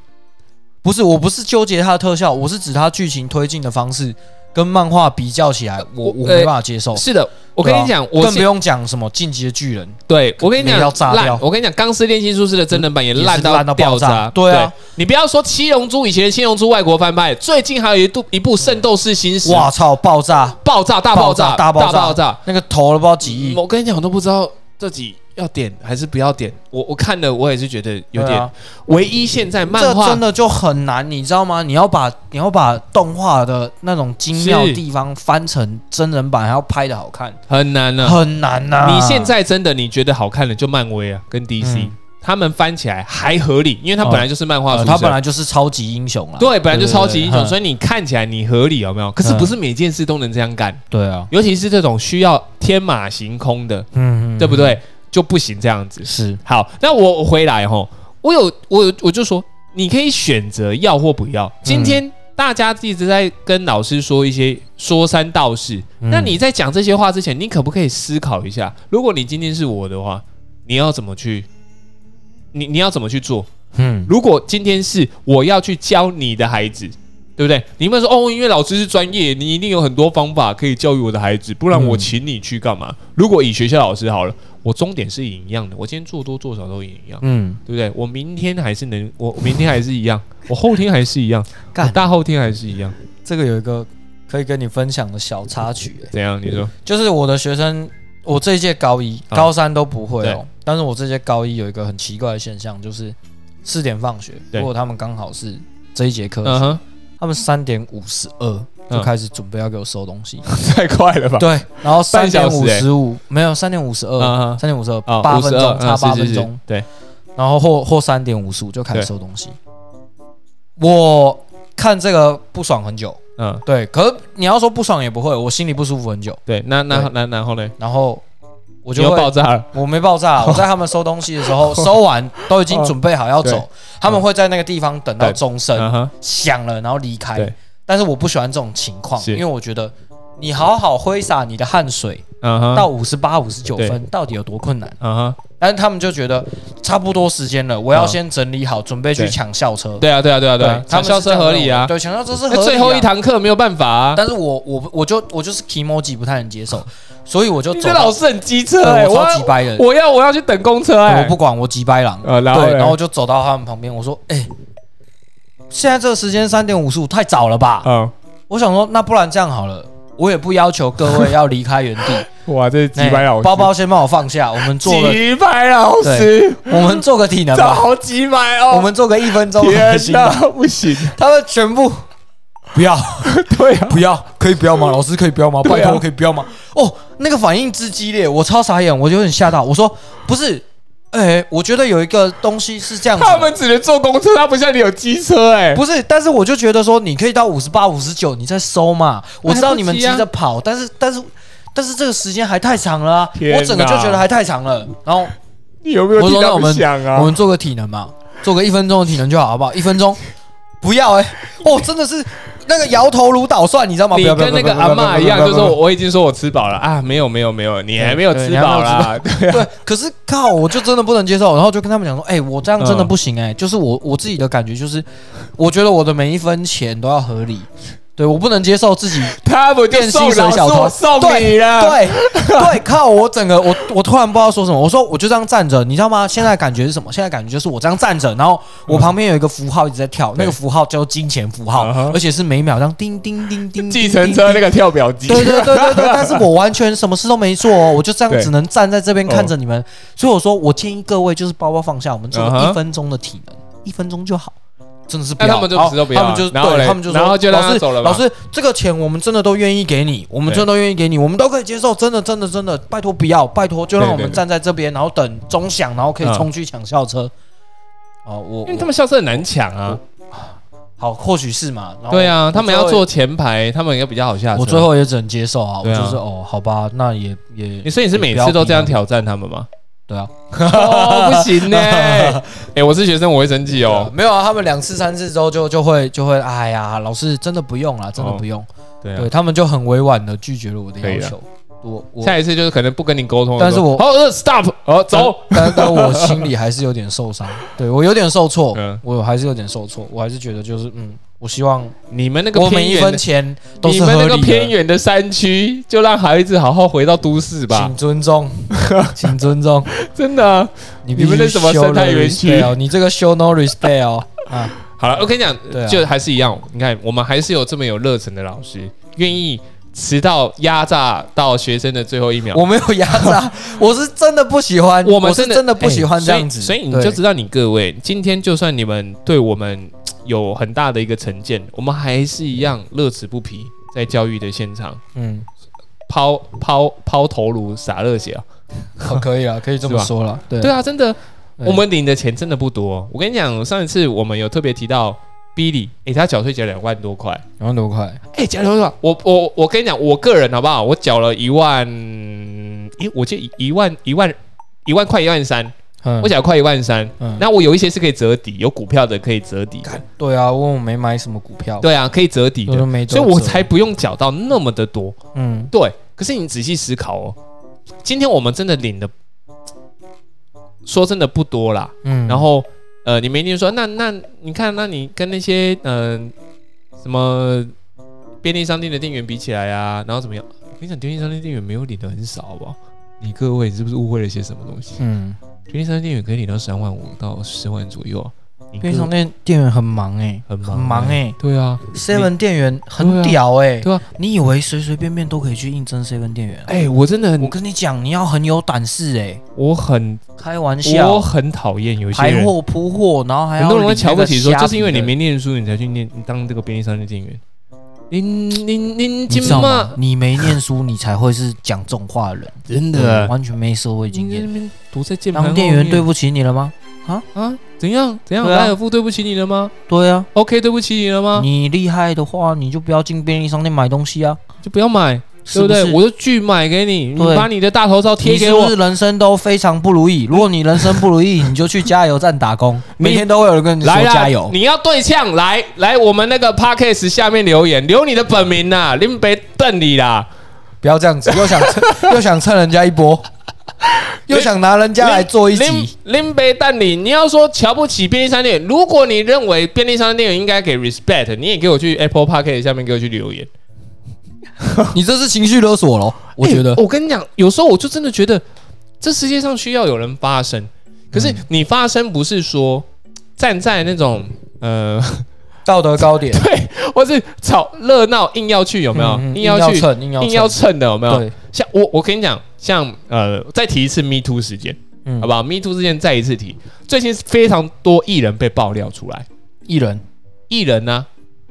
Speaker 3: 不是，我不是纠结它的特效，我是指它剧情推进的方式跟漫画比较起来，我我
Speaker 2: 呃
Speaker 3: 没办法接受。
Speaker 2: 是的，我跟你讲，我
Speaker 3: 哦啊更不
Speaker 2: 是
Speaker 3: 用讲什么进击的巨人，
Speaker 2: 对我跟你讲
Speaker 3: 没要炸掉
Speaker 2: 烂，我跟你讲，《钢丝炼金术师》的真人版也
Speaker 3: 也是
Speaker 2: 烂
Speaker 3: 烂到
Speaker 2: 掉
Speaker 3: 爆炸
Speaker 2: 渣。
Speaker 3: 对啊，
Speaker 2: 你不要说《七龙珠》，以前的《七龙珠》外国翻拍，最近还有一部一部《圣斗士星矢》，
Speaker 3: 哇操，爆炸，
Speaker 2: 爆炸大爆炸
Speaker 3: 大爆炸，
Speaker 2: 爆炸！
Speaker 3: 那个投了不知道几亿，
Speaker 2: 嗯我跟你讲，我都不知道这集要点还是不要点。我我看了，我也是觉得有
Speaker 3: 对
Speaker 2: 点
Speaker 3: 啊。
Speaker 2: 唯一现在漫
Speaker 3: 这
Speaker 2: 画
Speaker 3: 真的就很难，你知道吗？你要把你要把动画的那种精妙
Speaker 2: 是
Speaker 3: 地方翻成真人版，还要拍的好看，
Speaker 2: 很难了。
Speaker 3: 很难啊呐、
Speaker 2: 嗯你现在真的你觉得好看的就漫威啊，跟 DC，
Speaker 3: 嗯
Speaker 2: 他们翻起来还合理，因为他本来就是漫画
Speaker 3: 呃
Speaker 2: 出
Speaker 3: 他本
Speaker 2: 身。
Speaker 3: 来就是超级英雄了，啊
Speaker 2: 对，本来就超级英雄，所
Speaker 3: 以
Speaker 2: 以你看起来你合理有没有？可
Speaker 3: 嗯
Speaker 2: 是不是每件事都能这样干，
Speaker 3: 对啊，
Speaker 2: 尤其是这种需要天马行空的，
Speaker 3: 嗯，嗯
Speaker 2: 对不？对？就不行这样子。
Speaker 3: 是，
Speaker 2: 好，那我我回来吼，我有我有我就说，你可以选择要或不要。今天大家一直在跟老师说一些说三道四，
Speaker 3: 嗯
Speaker 2: 那你在讲这些话之前，你可不可以思考一下，如果你今天是我的话，你要怎么去？你你要怎么去做？
Speaker 3: 嗯，
Speaker 2: 如果今天是我要去教你的孩子，对不对？你们说哦，因为老师是专业，你一定有很多方法可以教育我的孩子，不然我
Speaker 3: 嗯
Speaker 2: 请你去干嘛？如果以学校老师好了，我终点是一样的，我今天做多做少都一样，
Speaker 3: 嗯，
Speaker 2: 对不对？我明天还是能，我我明天还是一样，我后天还是一样，
Speaker 3: 干
Speaker 2: 我大后天还是一样，
Speaker 3: 这个有一个可以跟你分享的小插曲、欸
Speaker 2: 怎样？你说
Speaker 3: 就是我的学生，我这一届高一、
Speaker 2: 啊
Speaker 3: 高三都不会哦
Speaker 2: 对，
Speaker 3: 但是我这届高一有一个很奇怪的现象，就是四点放学，
Speaker 2: 对
Speaker 3: 如果他们刚好是这一节课，
Speaker 2: 嗯哼，
Speaker 3: 他们三点五十二就
Speaker 2: 嗯
Speaker 3: 开始准备要给我收东 西，
Speaker 2: 太快了吧？
Speaker 3: 呃对，然后三
Speaker 2: 半
Speaker 3: 点
Speaker 2: 小时
Speaker 3: 五
Speaker 2: 欸
Speaker 3: 十五没有三点五十二，
Speaker 2: 嗯哼，
Speaker 3: 三点五十二
Speaker 2: 啊，
Speaker 3: 八分
Speaker 2: 52
Speaker 3: 钟差
Speaker 2: 嗯
Speaker 3: 八
Speaker 2: 是是
Speaker 3: 分
Speaker 2: 是
Speaker 3: 钟，
Speaker 2: 对，
Speaker 3: 然后或或三点五十五就开始
Speaker 2: 对
Speaker 3: 收东西，我看这个不爽很久，
Speaker 2: 嗯，
Speaker 3: 对，可是你要说不爽也不会，我心里不舒服很久，
Speaker 2: 对，那那
Speaker 3: 对
Speaker 2: 那然后呢？
Speaker 3: 然后我
Speaker 2: 我
Speaker 3: 就
Speaker 2: 要
Speaker 3: 会
Speaker 2: 爆炸了，
Speaker 3: 我没 爆炸，我在他们收东西的时候收完，都已经准备好要
Speaker 2: 对
Speaker 3: 走，他们会在那个地方等到
Speaker 2: 对
Speaker 3: 钟声
Speaker 2: 嗯哼，
Speaker 3: 响了，然后离开
Speaker 2: 对。
Speaker 3: 但是我不喜欢这种情况，
Speaker 2: 是
Speaker 3: 因为我觉得你好好挥洒你的汗水，
Speaker 2: 嗯哼，
Speaker 3: 到五十八、五十九
Speaker 2: 对
Speaker 3: 分到底有多困难？
Speaker 2: 嗯哼。
Speaker 3: 但是他们就觉得差不多时间了，我要
Speaker 2: 嗯
Speaker 3: 先整理好，准备去
Speaker 2: 对
Speaker 3: 抢校车。
Speaker 2: 对啊，对啊，对啊，对啊，抢
Speaker 3: 他们
Speaker 2: 校
Speaker 3: 是这
Speaker 2: 车
Speaker 3: 样
Speaker 2: 合理啊
Speaker 3: 认为。对，抢校车是合理
Speaker 2: 那
Speaker 3: 啊。
Speaker 2: 最后一堂课没有办法啊。
Speaker 3: 但是我我我就我就是 e m o j i 不太能 接受，所以我就
Speaker 2: 你
Speaker 3: 走
Speaker 2: 这
Speaker 3: 到。
Speaker 2: 老师很机车
Speaker 3: 对
Speaker 2: 哎，
Speaker 3: 我
Speaker 2: 我
Speaker 3: 超级掰的
Speaker 2: 要，我要我要去等公车哎。
Speaker 3: 我不管，我急掰狼。
Speaker 2: 呃然后
Speaker 3: 对，
Speaker 2: 嘞
Speaker 3: 然后我就走到他们旁边，我说：“哎、现在这个时间三点五十五太早了吧？”
Speaker 2: 嗯，
Speaker 3: 我想说，那不然这样好了，我也不要求各位要离开原 地，
Speaker 2: 哇，这是几百老
Speaker 3: 哎
Speaker 2: 师，
Speaker 3: 包包先帮我放下，我们做个
Speaker 2: 几百老师，
Speaker 3: 我们做个体能
Speaker 2: 这
Speaker 3: 吧，
Speaker 2: 好几百哦。
Speaker 3: 我们做个一分钟的核
Speaker 2: 天
Speaker 3: 心吧。
Speaker 2: 哪，不行，
Speaker 3: 他们全部不要
Speaker 2: 对啊，
Speaker 3: 不要，可以不要吗？老师可以不要吗？
Speaker 2: 对啊
Speaker 3: 拜托可以不要吗？哦，那个反应之激烈，我超傻眼，我有点吓到。我说不是，哎、我觉得有一个东西是这样子的，
Speaker 2: 他们只能坐公车，他不像你有机车哎。
Speaker 3: 不是，但是我就觉得说，你可以到五十八、五十九，你再收嘛。我知道你们急着跑，但是但是但是这个时间还太长了啊！
Speaker 2: 天哪
Speaker 3: 我整个就觉得还太长了。然后
Speaker 2: 你有没有
Speaker 3: 我
Speaker 2: 听
Speaker 3: 说那
Speaker 2: 到
Speaker 3: 我们
Speaker 2: 想
Speaker 3: 我
Speaker 2: 啊？
Speaker 3: 们做个体能嘛，做个一分钟的体能就好，好不好？一分钟，不要哎、哦，真的是那个摇头如捣蒜，你知道吗？
Speaker 2: 你
Speaker 3: 哦不要
Speaker 2: 跟那个阿嬷一样，就说我我已经说我吃饱了啊，没有没有没有，你还没有
Speaker 3: 对
Speaker 2: 吃
Speaker 3: 你还没有
Speaker 2: 饱啦。对啊，
Speaker 3: 对，可是靠，我就真的不能接受，然后就跟他们讲说，哎、我这样真的不行、
Speaker 2: 嗯
Speaker 3: 哎、就是我我自己的感觉就是，我觉得我的每一分钱都要合理，对我不能接受自 己
Speaker 2: 他们就
Speaker 3: 变
Speaker 2: 送
Speaker 3: 薪水
Speaker 2: 老师
Speaker 3: 小偷
Speaker 2: 我送
Speaker 3: 对
Speaker 2: 你了。
Speaker 3: 对对，靠！我整个我我突然不知道说什么，我说我就这样站着，你知道吗？现在感觉是什么？现在感觉就是我这样站着，然后我旁边有一个符号一直在跳，那个符号叫金钱符号
Speaker 2: 嗯哼，
Speaker 3: 而且是每秒这样叮叮叮叮，
Speaker 2: 计程车那
Speaker 3: 个。
Speaker 2: 个跳表机。
Speaker 3: 对对对对对，但是我完全什么事都没做哦，我就这样
Speaker 2: 对哦
Speaker 3: 只能站在这边看着你们，所以我说我建议各位就是包包放下，我们做
Speaker 2: 嗯哼
Speaker 3: 一分钟的体能，一分钟就好，真的是不
Speaker 2: 那
Speaker 3: 要，
Speaker 2: 他们就
Speaker 3: 好
Speaker 2: 不是都不要
Speaker 3: 他们就
Speaker 2: 然后嘞
Speaker 3: 对，他们就说
Speaker 2: 然后就让
Speaker 3: 老
Speaker 2: 他
Speaker 3: 师
Speaker 2: 走了吧
Speaker 3: 老师，这个钱我们真的都愿意给你，我们
Speaker 2: 对
Speaker 3: 真的都愿意给你，我们都可以接受，真的真的真的，拜托不要，拜托就让
Speaker 2: 对
Speaker 3: 我们
Speaker 2: 对对
Speaker 3: 站在这边，然后等钟响，然后可以
Speaker 2: 嗯
Speaker 3: 冲去抢校车。哦，我
Speaker 2: 因为他们校车很难抢啊。
Speaker 3: 好，或许是嘛，然后
Speaker 2: 对啊，
Speaker 3: 哦我
Speaker 2: 他们要
Speaker 3: 最后
Speaker 2: 坐前排，他们应该比较好下车。
Speaker 3: 我最，后也只能接受啊，我
Speaker 2: 对啊
Speaker 3: 就是哦，好吧，那也也
Speaker 2: 你说你是每次都这样挑战他们 吗？
Speaker 3: 对啊，
Speaker 2: 哦，不行 呢、哎，我是学生，我会生气哦。
Speaker 3: 啊没有啊，他们两次三次之后就就会就会，哎呀，老师真的不用啦，真的不用。
Speaker 2: 对啊
Speaker 3: 对，他们就很委婉的拒绝了我的
Speaker 2: 可以
Speaker 3: 要
Speaker 2: 啊
Speaker 3: 求。我我
Speaker 2: 下一次就是可能不跟你沟通了，
Speaker 3: 但是我
Speaker 2: 说好呃 stop，哦走，
Speaker 3: 但但我心里还是有 点受伤，对我有点受挫
Speaker 2: 嗯，
Speaker 3: 我还是有点受挫，我还是觉得就是嗯，我希望
Speaker 2: 你们那个
Speaker 3: 我每
Speaker 2: 偏
Speaker 3: 一
Speaker 2: 远
Speaker 3: 分
Speaker 2: 的
Speaker 3: 钱都
Speaker 2: 你
Speaker 3: 是
Speaker 2: 们
Speaker 3: 合
Speaker 2: 那个
Speaker 3: 理
Speaker 2: 偏
Speaker 3: 的，
Speaker 2: 远的山区，就让孩子好好回到都市吧
Speaker 3: 请，尊重， 请尊 重，
Speaker 2: 真的啊。
Speaker 3: 你
Speaker 2: 你们
Speaker 3: 必须
Speaker 2: 那什么
Speaker 3: show
Speaker 2: 生态
Speaker 3: no
Speaker 2: 园区
Speaker 3: respect 哦，你这个 show no respect 哦啊，
Speaker 2: 好了，我跟你讲，
Speaker 3: 对啊
Speaker 2: 就还是一样，你看我们还是有这么有热忱的老师，愿意迟到压榨到学生的最后一秒。
Speaker 3: 我没有压榨， 我是真的不喜欢，
Speaker 2: 我们
Speaker 3: 啊我是
Speaker 2: 真的
Speaker 3: 真的不喜欢
Speaker 2: 哎
Speaker 3: 这样子，
Speaker 2: 所以所以你
Speaker 3: 对
Speaker 2: 就知道，你各位今天就算你们对我们嘖有很大的一个成见，我们还是一样乐此不疲，在教育的现场
Speaker 3: 嗯，
Speaker 2: 抛抛抛头颅洒热血啊！
Speaker 3: 好可以啊，可以这么
Speaker 2: 是吧
Speaker 3: 说了，对
Speaker 2: 对啊，真的，
Speaker 3: 对
Speaker 2: 我们领的钱真的不多。哦我跟你讲，上一次我们有特别提到 Billy，诶、他缴税缴两万多块，
Speaker 3: 两万多块，
Speaker 2: 诶、缴两万多块，我我我跟你讲，我个人好不好？我缴了一万，诶、我记得一一万一万一万块一万三，
Speaker 3: 嗯
Speaker 2: 我，缴快一万三。
Speaker 3: 嗯
Speaker 2: 那我有一些是可以折抵，有股票的可以折抵的，
Speaker 3: 对啊，我我没买什么股票，
Speaker 2: 对啊，可以折抵
Speaker 3: 我都
Speaker 2: 的，
Speaker 3: 没折
Speaker 2: 所
Speaker 3: 折，
Speaker 2: 以我才不用缴到那么的多。
Speaker 3: 嗯
Speaker 2: 对，可是你仔细思考哦，今天我们真的领的，说真的不多啦。
Speaker 3: 嗯，
Speaker 2: 然后呃，你们一定说，那那你看，那你跟那些嗯、什么便利商店的店员比起来啊，然后怎么样？我跟你讲，便利商店店员没有领的很少，好不好？你各位，你是不是误会了些什么东西？
Speaker 3: 嗯。
Speaker 2: 便利商店店员可以领到三万五到十万左右啊，你各
Speaker 3: 便利商店店员很忙哎、
Speaker 2: 很忙
Speaker 3: 很忙哎、
Speaker 2: 对啊，
Speaker 3: Seven 店员很屌哎、
Speaker 2: 对啊，
Speaker 3: 你以为随随便便都可以去应征 Seven 店员啊、
Speaker 2: 哎、我真的
Speaker 3: 我
Speaker 2: 很，
Speaker 3: 跟你讲，你要很有胆识哎、
Speaker 2: 我很，
Speaker 3: 开玩
Speaker 2: 我
Speaker 3: 笑，
Speaker 2: 很讨厌有些
Speaker 3: 排
Speaker 2: 人，
Speaker 3: 货铺货，然后还
Speaker 2: 很
Speaker 3: 要
Speaker 2: 多人会
Speaker 3: 领那
Speaker 2: 瞧不
Speaker 3: 个
Speaker 2: 起说，
Speaker 3: 虾
Speaker 2: 就是因为
Speaker 3: 皮
Speaker 2: 你
Speaker 3: 的
Speaker 2: 没念书，你才去念你当这个便利商店店员。您您您
Speaker 3: 你
Speaker 2: 今
Speaker 3: 知道吗
Speaker 2: 嘛？
Speaker 3: 你没念书，你才会是讲这种话的人，
Speaker 2: 真
Speaker 3: 对
Speaker 2: 的，
Speaker 3: 完全没社会
Speaker 2: 今
Speaker 3: 经
Speaker 2: 天
Speaker 3: 验。
Speaker 2: 那边躲在键盘
Speaker 3: 嗯当
Speaker 2: 后
Speaker 3: 店员
Speaker 2: 面
Speaker 3: 对不起你了吗？
Speaker 2: 啊？怎样怎样？
Speaker 3: 对啊
Speaker 2: 莱尔富对不起你了吗
Speaker 3: 对啊，
Speaker 2: ？OK 对不起你了吗？
Speaker 3: 你厉害的话，你就不要进便利商店买东西啊，
Speaker 2: 就不要买，
Speaker 3: 是
Speaker 2: 对不
Speaker 3: 是？
Speaker 2: 对？我就拒买给你，你
Speaker 3: 对
Speaker 2: 把你的大头照贴
Speaker 3: 你
Speaker 2: 给
Speaker 3: 是不
Speaker 2: 我
Speaker 3: 是。人生都非常不如意？如果你人生不如意，你就去加油站 打工，每天都会有人跟你说
Speaker 2: 来
Speaker 3: 加
Speaker 2: 啦
Speaker 3: 油！。
Speaker 2: 你要对呛来来，我们那个 podcast 下面留言，留你的本名呐，林北邓你啦，
Speaker 3: 不要这样子，又想 蹭又想蹭人家一 波，又想拿人家来做一
Speaker 2: 林
Speaker 3: 集。
Speaker 2: 林北邓你，你要说瞧不起便利商店，如果你认为便利商店店员应该给 respect，你也给我去 Apple podcast 下面给我去留言。
Speaker 3: 你这是情绪勒索咯，我觉得
Speaker 2: 欸。我跟你讲，有时候我就真的觉得，这世界上需要有人发声。可
Speaker 3: 嗯
Speaker 2: 是你发声不是说站在那种呃，
Speaker 3: 道德高点，
Speaker 2: 或是吵热闹硬要去有 没有？
Speaker 3: 嗯嗯
Speaker 2: 硬要去
Speaker 3: 蹭，硬要
Speaker 2: 硬要
Speaker 3: 蹭，
Speaker 2: 蹭的有没有？
Speaker 3: 对，
Speaker 2: 像我我跟你讲，像呃，再提一次 Me Too 事件，
Speaker 3: 嗯
Speaker 2: 好不好？Me Too 事件再一次提，最近非常多艺人被爆料出来，
Speaker 3: 艺人
Speaker 2: 艺人呢、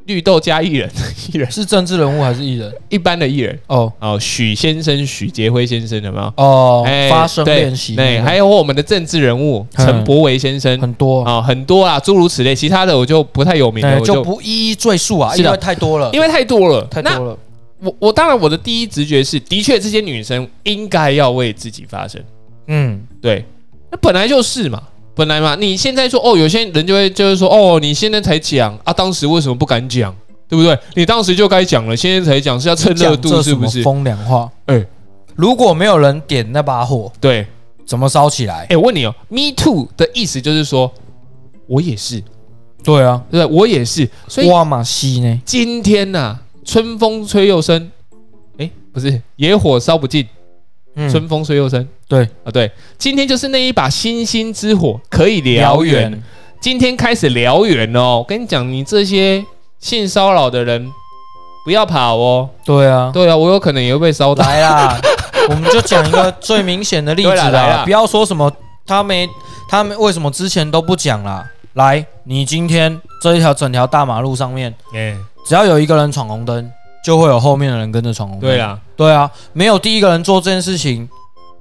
Speaker 2: 绿豆加艺人，艺人
Speaker 3: 是政治人物还是艺人？
Speaker 2: 一般的艺人
Speaker 3: 哦
Speaker 2: 哦，许先生、许杰辉先生有没有？
Speaker 3: 哦
Speaker 2: 哎，
Speaker 3: 发声
Speaker 2: 对
Speaker 3: 练习那
Speaker 2: 对，哎
Speaker 3: 个，
Speaker 2: 还有我们的政治人物
Speaker 3: 嗯
Speaker 2: 陈柏维先生
Speaker 3: 很多，
Speaker 2: 啊、很多啦，诸如此类。其他的我就不太有名
Speaker 3: 哎
Speaker 2: 了，我
Speaker 3: 就
Speaker 2: 就
Speaker 3: 不一一赘述啊，
Speaker 2: 是
Speaker 3: 因
Speaker 2: 的
Speaker 3: 为太多了，
Speaker 2: 因为太多了。
Speaker 3: 太多了。
Speaker 2: 那我我当然我的第一直觉是，的确这些女生应该要为自己发声，
Speaker 3: 嗯，
Speaker 2: 对，那本来就是嘛。本来嘛，你现在说哦，有些人就会就是说哦，你现在才讲啊，当时为什么不敢讲，对不对？你当时就该讲了，现在才讲是要趁热
Speaker 3: 讲
Speaker 2: 度，
Speaker 3: 这
Speaker 2: 是
Speaker 3: 什
Speaker 2: 不
Speaker 3: 么
Speaker 2: 是？
Speaker 3: 风凉话？
Speaker 2: 哎
Speaker 3: 如果没有人点那把火，
Speaker 2: 对，
Speaker 3: 怎么烧起来
Speaker 2: 哎、？我问你哦，Me Too 的意思就是说，我也是，
Speaker 3: 对啊，
Speaker 2: 对不对我也是，所以
Speaker 3: 哇马西呢？
Speaker 2: 今天呐、春风吹又生，哎、不是野火烧不尽，
Speaker 3: 嗯
Speaker 2: 春风吹又生。
Speaker 3: 对
Speaker 2: 啊，对，今天就是那一把星星之火可以燎原。，今天开始燎原哦，我跟你讲，你这些性骚扰的人不要跑哦。
Speaker 3: 对啊，
Speaker 2: 对啊，我有可能也会被烧到。
Speaker 3: 来啦， 我们就讲一个最明显的例 子
Speaker 2: 对啦来啦
Speaker 3: 啦，不要说什么他没他们为什么之前都不讲啦？来，你今天这一条整条大马路上面，
Speaker 2: 哎、
Speaker 3: 只要有一个人闯红灯，就会有后面的人跟着闯红灯。
Speaker 2: 对，啦，
Speaker 3: 对啊，没有第一个人做这件事情，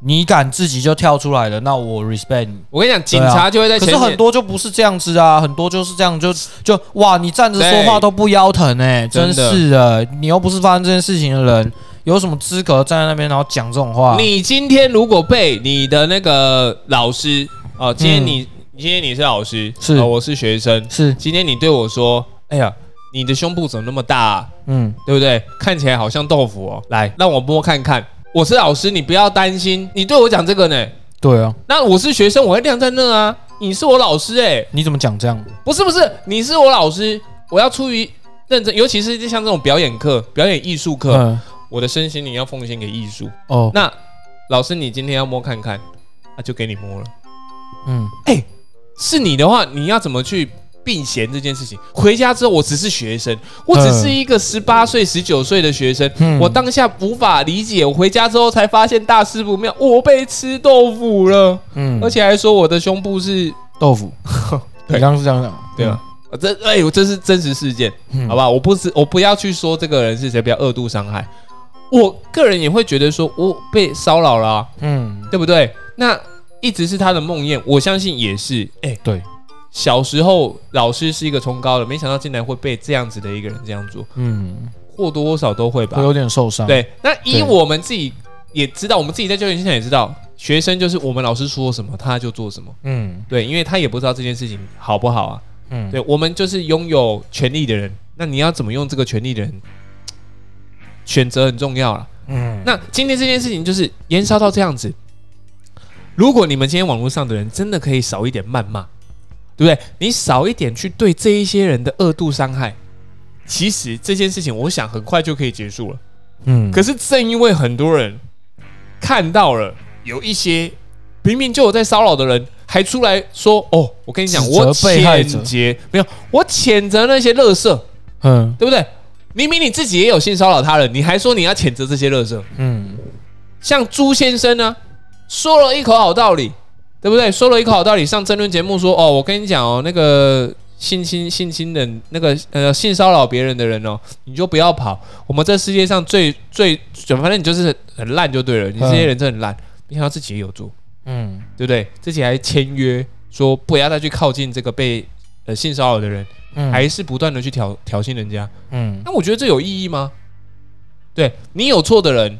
Speaker 3: 你敢自己就跳出来了，那我 respect 你。
Speaker 2: 我跟你讲，警察就会在
Speaker 3: 啊可
Speaker 2: 前
Speaker 3: 是
Speaker 2: 面。
Speaker 3: 很多就不是这样子啊，很多就是这样，就就哇，你站着说话都不腰疼哎、
Speaker 2: 真
Speaker 3: 真
Speaker 2: 的
Speaker 3: 是的，你又不是发生这件事情的人，有什么资格站在那边然后讲这种话？
Speaker 2: 你今天如果被你的那个老师哦，今天
Speaker 3: 嗯
Speaker 2: 你、今天你是老师，
Speaker 3: 是
Speaker 2: 哦我是学生，
Speaker 3: 是，
Speaker 2: 今天你对我说：“哎呀，你的胸部怎么那么大、啊？
Speaker 3: 嗯，
Speaker 2: 对不对？看起来好像豆腐哦，来让我摸看看。我是老师，你不要担心，你对我讲这个呢。
Speaker 3: 对啊，
Speaker 2: 那我是学生，我会晾在那啊。你是我老师哎、
Speaker 3: 你怎么讲这样？
Speaker 2: 不是不是，你是我老师，我要出于认真，尤其是像这种表演课、表演艺术课，
Speaker 3: 嗯，
Speaker 2: 我的身心灵要奉献给艺术。
Speaker 3: 哦，
Speaker 2: 那老师，你今天要摸看看，那、就给你摸了。
Speaker 3: 嗯，
Speaker 2: 是你的话，你要怎么去避嫌这件事情？回家之后，我只是学生，我只是一个十八岁、十九岁的学生，
Speaker 3: 嗯
Speaker 2: 我当下无法理解。我回家之后才发现大事不妙，我被吃豆腐了，
Speaker 3: 嗯，
Speaker 2: 而且还说我的胸部是……
Speaker 3: 豆腐，
Speaker 2: 对
Speaker 3: 你刚刚是这样讲，
Speaker 2: 对啊，啊这哎、呦，这是真实事件，
Speaker 3: 嗯，
Speaker 2: 好吧？我不是，我不要去说这个人是谁，不要恶度伤害。我个人也会觉得说，我被骚扰了啊、
Speaker 3: 嗯，
Speaker 2: 对不对？那一直是他的梦魇，我相信也是。哎、
Speaker 3: 对，
Speaker 2: 小时候老师是一个冲高的，没想到竟然会被这样子的一个人这样做，
Speaker 3: 嗯，
Speaker 2: 或多或少都会吧
Speaker 3: 会。有点受伤，，
Speaker 2: 啊对，那以
Speaker 3: 对
Speaker 2: 我们自己也知道，我们自己在教育现场也知道，学生就是我们老师说什么他就做什么。
Speaker 3: 嗯
Speaker 2: 对，因为他也不知道这件事情好不好啊。
Speaker 3: 嗯，
Speaker 2: 对我们就是拥有权利的人，那你要怎么用这个权利的人，选择很重要了。
Speaker 3: 嗯，
Speaker 2: 那今天这件事情就是延烧到这样子。如果你们今天网络上的人真的可以少一点谩骂，对不对？你少一点去对这一些人的恶度伤害，其实这件事情我想很快就可以结束了。
Speaker 3: 嗯，
Speaker 2: 可是正因为很多人看到了有一些明明就有在骚扰的人，还出来说：“哦，我跟你讲，
Speaker 3: 指责
Speaker 2: 我
Speaker 3: 被害
Speaker 2: 谴
Speaker 3: 者
Speaker 2: 责没有，我谴责那些垃圾，
Speaker 3: 嗯
Speaker 2: 对不对？明明你自己也有性骚扰他人，你还说你要谴责这些垃圾。”
Speaker 3: 嗯
Speaker 2: 像朱先生呢，说了一口好道理，对不对？说了一口好道理，上争论节目说，哦，我跟你讲哦，那个性侵性侵人，那个呃性骚扰别人的人哦，你就不要跑。我们这世界上最最，反正你就是很很烂就对了，你这些人真的很烂。没想到自己也有做，
Speaker 3: 嗯
Speaker 2: 对不对？自己还签约说不要再去靠近这个被呃性骚扰的人，
Speaker 3: 嗯，
Speaker 2: 还是不断的去挑挑衅人家。
Speaker 3: 嗯
Speaker 2: 那我觉得这有意义吗？对你有错的人，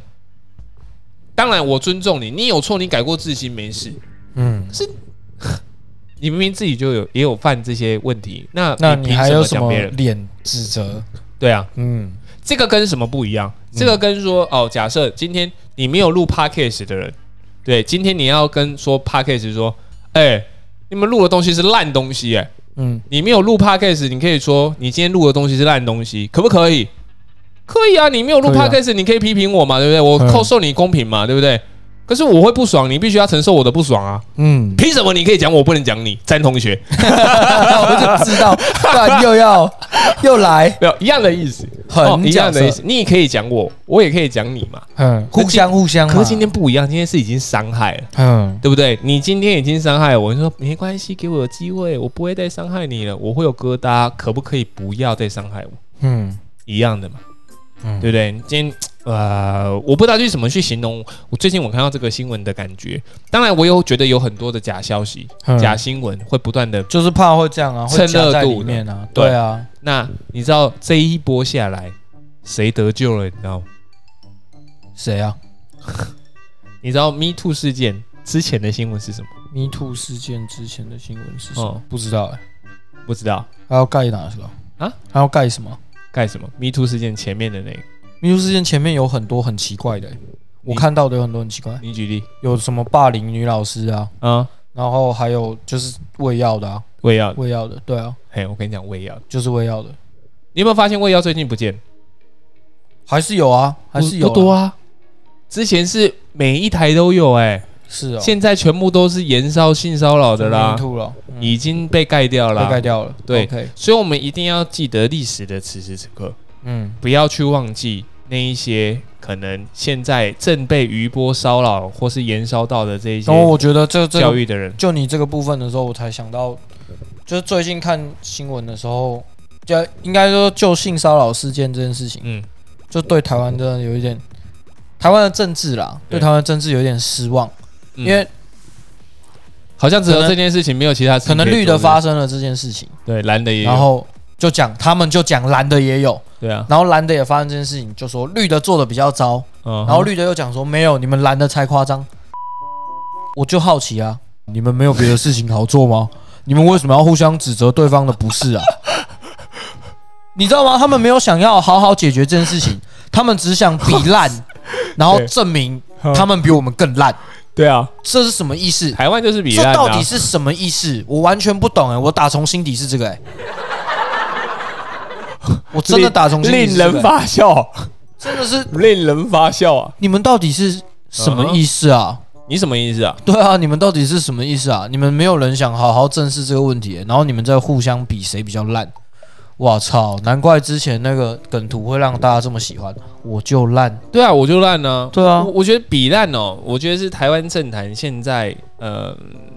Speaker 2: 当然我尊重你，你有错，你改过自新没事。
Speaker 3: 嗯，
Speaker 2: 你明明自己就有也有犯这些问题，那
Speaker 3: 那
Speaker 2: 你
Speaker 3: 你
Speaker 2: 凭
Speaker 3: 还有
Speaker 2: 么
Speaker 3: 什
Speaker 2: 讲
Speaker 3: 么
Speaker 2: 别人？
Speaker 3: 脸指责？
Speaker 2: 对啊，
Speaker 3: 嗯
Speaker 2: 这个跟什么不一样？这个跟说、哦，假设今天你没有录 podcast 的人，对，今天你要跟说 podcast 说，哎、你们录的东西是烂东西、哎，
Speaker 3: 嗯
Speaker 2: 你没有录 podcast，你可以说你今天录的东西是烂东西，可不可以？可以啊，你没有录
Speaker 3: 可以啊
Speaker 2: podcast，、你可以批评我嘛，对不对？我
Speaker 3: 嗯
Speaker 2: 扣受你公平嘛，对不对？可是我会不爽，你必须要承受我的不爽啊！
Speaker 3: 嗯，
Speaker 2: 凭什么你可以讲我不能讲你？詹同学，
Speaker 3: 我就知道，干又要又来，
Speaker 2: 没有一样的意思，哦
Speaker 3: 很
Speaker 2: 一样
Speaker 3: 角
Speaker 2: 的
Speaker 3: 色
Speaker 2: 意思。你也可以讲我，我也可以讲你嘛。
Speaker 3: 嗯，
Speaker 2: 可
Speaker 3: 互相互相嘛。
Speaker 2: 可是今天不一样，今天是已经伤害了，
Speaker 3: 嗯
Speaker 2: 对不对？你今天已经伤害我，你说没关系，给我机会，我不会再伤害你了，我会有疙瘩，可不可以不要再伤害我？
Speaker 3: 嗯
Speaker 2: 一样的嘛，
Speaker 3: 嗯
Speaker 2: 对不对？今天呃，我不知道去怎么去形容我最近我看到这个新闻的感觉。当然，我有觉得有很多的假消息、
Speaker 3: 嗯
Speaker 2: 假新闻会不断的。
Speaker 3: 就是怕会这样啊，会
Speaker 2: 趁
Speaker 3: 夹在
Speaker 2: 热度
Speaker 3: 里面啊，
Speaker 2: 对
Speaker 3: 对啊，
Speaker 2: 那你知道这一波下来，谁得救了？你知道吗？
Speaker 3: 谁啊
Speaker 2: 你知道 Me Too 事件之前的新闻是什么？
Speaker 3: ？Me Too 事件之前的新闻是什么
Speaker 2: 哦？
Speaker 3: 不知道哎，
Speaker 2: 不知道
Speaker 3: 还要盖哪个
Speaker 2: 啊？
Speaker 3: 还要盖什么
Speaker 2: 盖什么？Me Too 事件前面的那个，
Speaker 3: ？Me Too 事件前面有很多很奇怪的欸，我看到的有很多很奇怪，
Speaker 2: 你举例
Speaker 3: 有什么霸凌女老师啊，
Speaker 2: 啊？
Speaker 3: 然后还有就是喂药的啊，
Speaker 2: 胃药，
Speaker 3: 喂药的，对啊，
Speaker 2: 嘿，我跟你讲胃药，
Speaker 3: 就是喂药的，
Speaker 2: 你有没有发现胃药最近不见？
Speaker 3: 还是有啊，还是有啊
Speaker 2: 不多啊。之前是每一台都有、哎。
Speaker 3: 是哦，
Speaker 2: 现在全部都是延烧性骚扰的啦
Speaker 3: Me，Too 了，嗯
Speaker 2: 已经被盖掉
Speaker 3: 被盖
Speaker 2: 了。
Speaker 3: 掉了，
Speaker 2: 对
Speaker 3: OK，
Speaker 2: 所以，我们一定要记得历史的此时此刻，
Speaker 3: 嗯
Speaker 2: 不要去忘记那一些可能现在正被余波骚扰或是延烧到的这一些
Speaker 3: 然后我觉得哦这这
Speaker 2: 教
Speaker 3: 个
Speaker 2: 育的人。
Speaker 3: 就你这个部分的时候，我才想到，就是最近看新闻的时候，就应该说就性骚扰事件这件事情，
Speaker 2: 嗯，
Speaker 3: 就对台湾真的有一点，嗯台湾的政治啦，
Speaker 2: 对
Speaker 3: 对台湾的政治有一点失望，
Speaker 2: 嗯
Speaker 3: 因为
Speaker 2: 好像只有
Speaker 3: 可能
Speaker 2: 这件事情，没有其他事
Speaker 3: 可
Speaker 2: 情以
Speaker 3: 能
Speaker 2: 做。
Speaker 3: 绿的
Speaker 2: 是不是
Speaker 3: 发生了这件事情，
Speaker 2: 对蓝的也有，
Speaker 3: 然后就讲他们就讲蓝的也有，
Speaker 2: 对啊，
Speaker 3: 然后蓝的也发生这件事情，就说绿的做的比较糟，
Speaker 2: 嗯，
Speaker 3: 然后绿的又讲说没有，你们蓝的才夸张。我就好奇啊，你们没有别的事情好做吗？你们为什么要互相指责对方的不是啊？ 你知道吗？他们没有想要好好解决这件事情，他们只想比烂，然后
Speaker 2: 对嗯
Speaker 3: 证明他们比我们更烂，
Speaker 2: 对啊，
Speaker 3: 这是什么意思？
Speaker 2: 台湾就是比
Speaker 3: 这
Speaker 2: 烂、啊，
Speaker 3: 到底是什么意思？我完全不懂哎、我打从心底是这个哎、 我真的
Speaker 2: 令
Speaker 3: 打从心底
Speaker 2: 令
Speaker 3: 是这个
Speaker 2: 人
Speaker 3: 欸、
Speaker 2: 发笑，
Speaker 3: 真的是
Speaker 2: 令人发笑啊！
Speaker 3: 你们到底是什么意思啊？
Speaker 2: 你什么意思啊？
Speaker 3: 对啊，你们到底是什么意思啊？你们没有人想好好正视这个问题欸、然后你们在互相比谁比较烂。我操！难怪之前那个梗图会让大家这么喜欢，我就烂。
Speaker 2: 对啊，我就烂呢、
Speaker 3: 对啊
Speaker 2: 我，我觉得比烂哦，我觉得是台湾政坛现在呃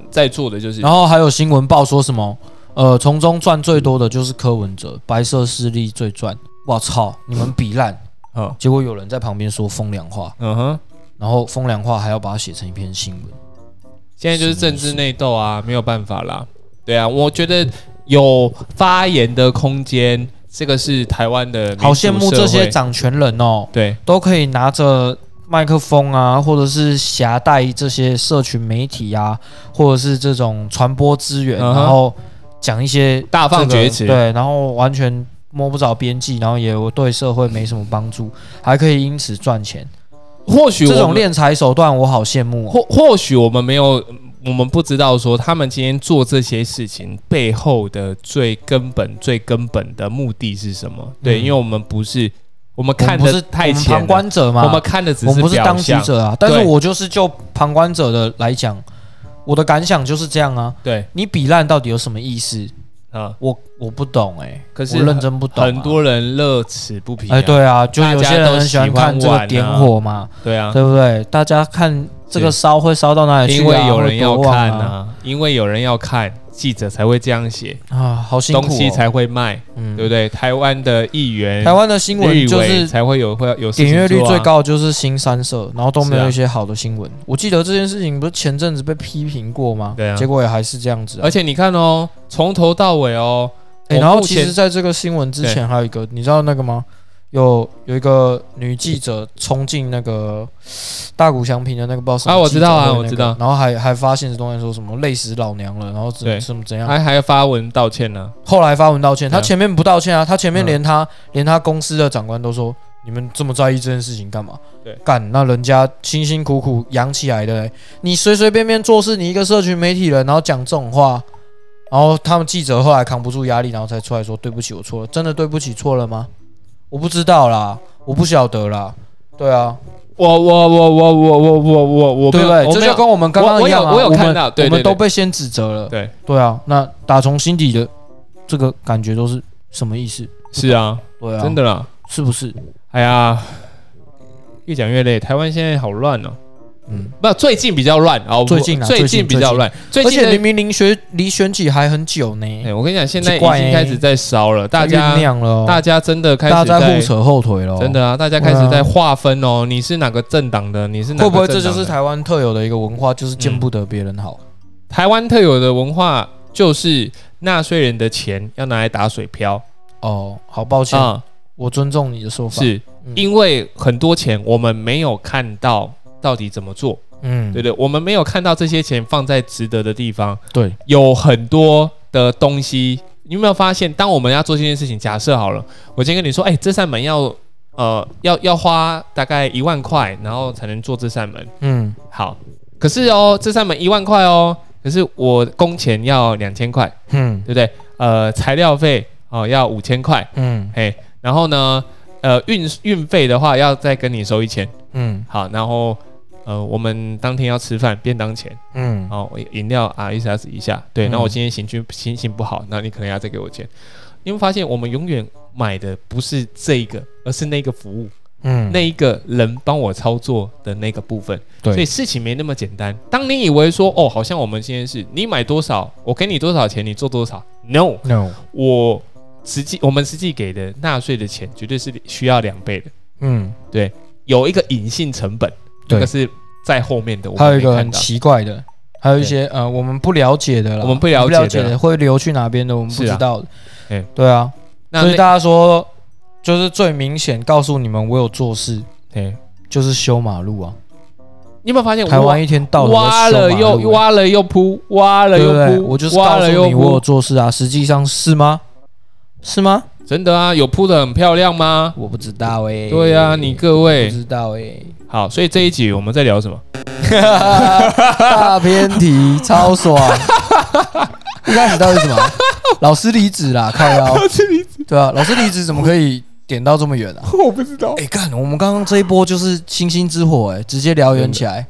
Speaker 2: 在做的就是
Speaker 3: 然后还有新闻报说什么，呃，从中赚最多的就是柯文哲，白色势力最赚。我操！你们比烂，
Speaker 2: 嗯
Speaker 3: 结果有人在旁边说风凉话，
Speaker 2: 嗯哼，
Speaker 3: 然后风凉话还要把它写成一篇新闻。
Speaker 2: 现在就是政治内斗啊，没有办法啦。对啊，我觉得有发言的空间，这个是台湾的民主
Speaker 3: 好羡慕这
Speaker 2: 社
Speaker 3: 些
Speaker 2: 会
Speaker 3: 掌权人哦，
Speaker 2: 对
Speaker 3: 都可以拿着麦克风啊，或者是携带这些社群媒体啊，或者是这种传播资源，
Speaker 2: 嗯哼
Speaker 3: 然后讲一些
Speaker 2: 大放
Speaker 3: 这个
Speaker 2: 厥词
Speaker 3: 对，然后完全摸不着边际，然后也对社会没什么帮助，还可以因此赚钱。
Speaker 2: 或许
Speaker 3: 这
Speaker 2: 我
Speaker 3: 种
Speaker 2: 们
Speaker 3: 敛财手段，我好羡慕、哦。
Speaker 2: 或或许我们没有，我们不知道说他们今天做这些事情背后的最根本、最根本的目的是什么？对，因为我们不是我们看
Speaker 3: 嗯我
Speaker 2: 的
Speaker 3: 们不是
Speaker 2: 太
Speaker 3: 我们
Speaker 2: 浅了，
Speaker 3: 旁观者嘛，
Speaker 2: 我们看的只
Speaker 3: 我们不是
Speaker 2: 表
Speaker 3: 当局
Speaker 2: 象。
Speaker 3: 者啊，但是
Speaker 2: 对
Speaker 3: 我就是就旁观者的来讲，我的感想就是这样啊。
Speaker 2: 对
Speaker 3: 你比烂到底有什么意思？
Speaker 2: 啊，
Speaker 3: 我我不懂哎、
Speaker 2: 可是
Speaker 3: 我认真不懂啊、
Speaker 2: 很多人乐此不疲、啊。
Speaker 3: 哎、对啊，就有些人很喜欢看这
Speaker 2: 大家都喜欢
Speaker 3: 个
Speaker 2: 玩啊
Speaker 3: 点火嘛，
Speaker 2: 对啊，
Speaker 3: 对不对？大家看这个烧会烧到哪里去、啊？
Speaker 2: 因为有人要
Speaker 3: 会多旺
Speaker 2: 看
Speaker 3: 啊，
Speaker 2: 啊，因为有人要看，记者才会这样写，
Speaker 3: 啊，好辛苦、哦。
Speaker 2: 东西才会卖，
Speaker 3: 嗯
Speaker 2: 对不对？台湾的议员、
Speaker 3: 台湾的新闻
Speaker 2: 立
Speaker 3: 就
Speaker 2: 委
Speaker 3: 是
Speaker 2: 才会有会有事情
Speaker 3: 点阅率
Speaker 2: 做啊
Speaker 3: 最高就是新三社，然后都没
Speaker 2: 是
Speaker 3: 有
Speaker 2: 啊
Speaker 3: 一些好的新闻。我记得这件事情不是前阵子被批评过吗？
Speaker 2: 对啊
Speaker 3: 结果也还是这样子、啊。
Speaker 2: 而且你看哦，从头到尾哦，
Speaker 3: 哎、
Speaker 2: 我
Speaker 3: 然后
Speaker 2: 目
Speaker 3: 其
Speaker 2: 前
Speaker 3: 实，在这个新闻之前，还有一个，你知道那个吗？有有一个女记者冲进那个大谷翔平的那个报
Speaker 2: 啊我知道啊我知道
Speaker 3: 然后还还发现实东西说什么累死老娘了，然后
Speaker 2: 对
Speaker 3: 怎什么怎样？
Speaker 2: 还还发文道歉呢、
Speaker 3: 后来发文道歉，
Speaker 2: 对啊
Speaker 3: 他前面不道歉啊，他前
Speaker 2: 嗯
Speaker 3: 面连他、连他公司的长官都说，你们这么在意这件事情干嘛？
Speaker 2: 对
Speaker 3: 干那人家辛辛苦苦养起来的、欸，你随随便便做事，你一个社群媒体人，然后讲这种话，然后他们记者后来扛不住压力，然后才出来说对不起，我错了，真的对不起，错了吗？我不知道啦，我不晓得啦，对啊，
Speaker 2: 我我我我我我我我我没
Speaker 3: 对
Speaker 2: 有
Speaker 3: 不对？
Speaker 2: 我
Speaker 3: 这
Speaker 2: 没
Speaker 3: 就
Speaker 2: 有
Speaker 3: 跟我们刚刚一样啊，
Speaker 2: 我我有我有看到
Speaker 3: 我们
Speaker 2: 对对
Speaker 3: 我们
Speaker 2: 对
Speaker 3: 都被先指责了，
Speaker 2: 对
Speaker 3: 对啊，那打从心底的这个感觉都是什么意思？
Speaker 2: 是啊，
Speaker 3: 对啊，
Speaker 2: 真的啦，
Speaker 3: 是不是？
Speaker 2: 哎呀，越讲越累，台湾现在好乱哦。
Speaker 3: 嗯，
Speaker 2: 不，最近比较乱啊，我
Speaker 3: 最近啊
Speaker 2: 最
Speaker 3: 最近
Speaker 2: 比较乱，最
Speaker 3: 而
Speaker 2: 近
Speaker 3: 且
Speaker 2: 的
Speaker 3: 明明离选离选举还很久呢，
Speaker 2: 哎，我跟你讲，现在已
Speaker 3: 奇怪
Speaker 2: 经
Speaker 3: 欸
Speaker 2: 开始在烧了，大
Speaker 3: 酝
Speaker 2: 家
Speaker 3: 酿了哦，
Speaker 2: 大家真的开始
Speaker 3: 大家在互哦扯后腿了，
Speaker 2: 真。的啊，大家开始在划分哦，你是哪个政党的，你是哪个
Speaker 3: 会不会
Speaker 2: 政党
Speaker 3: 这就是
Speaker 2: 的嗯
Speaker 3: 台湾特有的一个文化，就是见不得别人好？
Speaker 2: 台湾特有的文化就是纳税人的钱要拿来打水漂
Speaker 3: 哦，好抱歉，
Speaker 2: 啊、
Speaker 3: 我尊重你的说法。，
Speaker 2: 是
Speaker 3: 嗯
Speaker 2: 因为很多钱我们没有看到到底怎么做，
Speaker 3: 嗯，
Speaker 2: 对不对？我们没有看到这些钱放在值得的地方，
Speaker 3: 对，
Speaker 2: 有很多的东西，你有没有发现？当我们要做这件事情，假设好了，我今天跟你说，哎、这扇门要呃要要花大概一万块，然后才能做这扇门，
Speaker 3: 嗯，
Speaker 2: 好，可是哦，这扇门一万块哦，可是我工钱要两千块。
Speaker 3: 嗯
Speaker 2: 对，不对？呃，材料费哦要五千块，
Speaker 3: 嗯，
Speaker 2: 嘿，然后呢，呃，运运费的话要再跟你收一千，
Speaker 3: 嗯，
Speaker 2: 好，然后呃，我们当天要吃饭便当钱，
Speaker 3: 嗯，
Speaker 2: 哦，饮料啊意思意思一下，对，
Speaker 3: 嗯
Speaker 2: 那我今天行军心情不好，那你可能要再给我钱。你会发现，我们永远买的不是这一个，而是那个服务，
Speaker 3: 嗯，
Speaker 2: 那一个人帮我操作的那个部分。
Speaker 3: 对
Speaker 2: 所以事情没那么简单。当你以为说，哦，好像我们今天是你买多少，我给你多少钱，你做多少，no，
Speaker 3: no，
Speaker 2: 我实际我们实际给的纳税的钱绝对是需要两倍的，
Speaker 3: 嗯，
Speaker 2: 有一个隐性成本，这
Speaker 3: 对
Speaker 2: 个是在后面的，我
Speaker 3: 还有
Speaker 2: 们
Speaker 3: 一
Speaker 2: 没
Speaker 3: 个很
Speaker 2: 看到。
Speaker 3: 奇怪的，还有一些呃我们不了解的啦，
Speaker 2: 我们不了解的
Speaker 3: 了解的会流去哪边的，我们不
Speaker 2: 是啊
Speaker 3: 知道的
Speaker 2: 对。
Speaker 3: 对啊，
Speaker 2: 那
Speaker 3: 所以
Speaker 2: 那
Speaker 3: 大家说，就是最明显告诉你们我有做事，
Speaker 2: 哎，
Speaker 3: 就是修马路啊。
Speaker 2: 你有没有发现
Speaker 3: 台
Speaker 2: 我
Speaker 3: 湾一天到晚
Speaker 2: 哎挖
Speaker 3: 都在修
Speaker 2: 了
Speaker 3: 马
Speaker 2: 又
Speaker 3: 路欸，
Speaker 2: 挖了又铺，挖了
Speaker 3: 对不对？
Speaker 2: 又铺，
Speaker 3: 我就是
Speaker 2: 挖
Speaker 3: 告
Speaker 2: 了
Speaker 3: 诉
Speaker 2: 又
Speaker 3: 你我有
Speaker 2: 铺，
Speaker 3: 做事啊，实际上是吗？是吗？
Speaker 2: 真的啊，有铺的很漂亮吗？
Speaker 3: 我不知道哎、
Speaker 2: 对啊，你各
Speaker 3: 不
Speaker 2: 位
Speaker 3: 知道哎、
Speaker 2: 好，所以这一集我们在聊 什么？
Speaker 3: 哎大偏题，超爽。 一开始到底是什么？老师离职啦，靠腰。
Speaker 2: 这里
Speaker 3: 对啊，老师离职怎么可以点到这么远啊？
Speaker 2: 我不知道
Speaker 3: 哎、干，我们刚刚这一波就是星星之火、哎，直接燎原起来。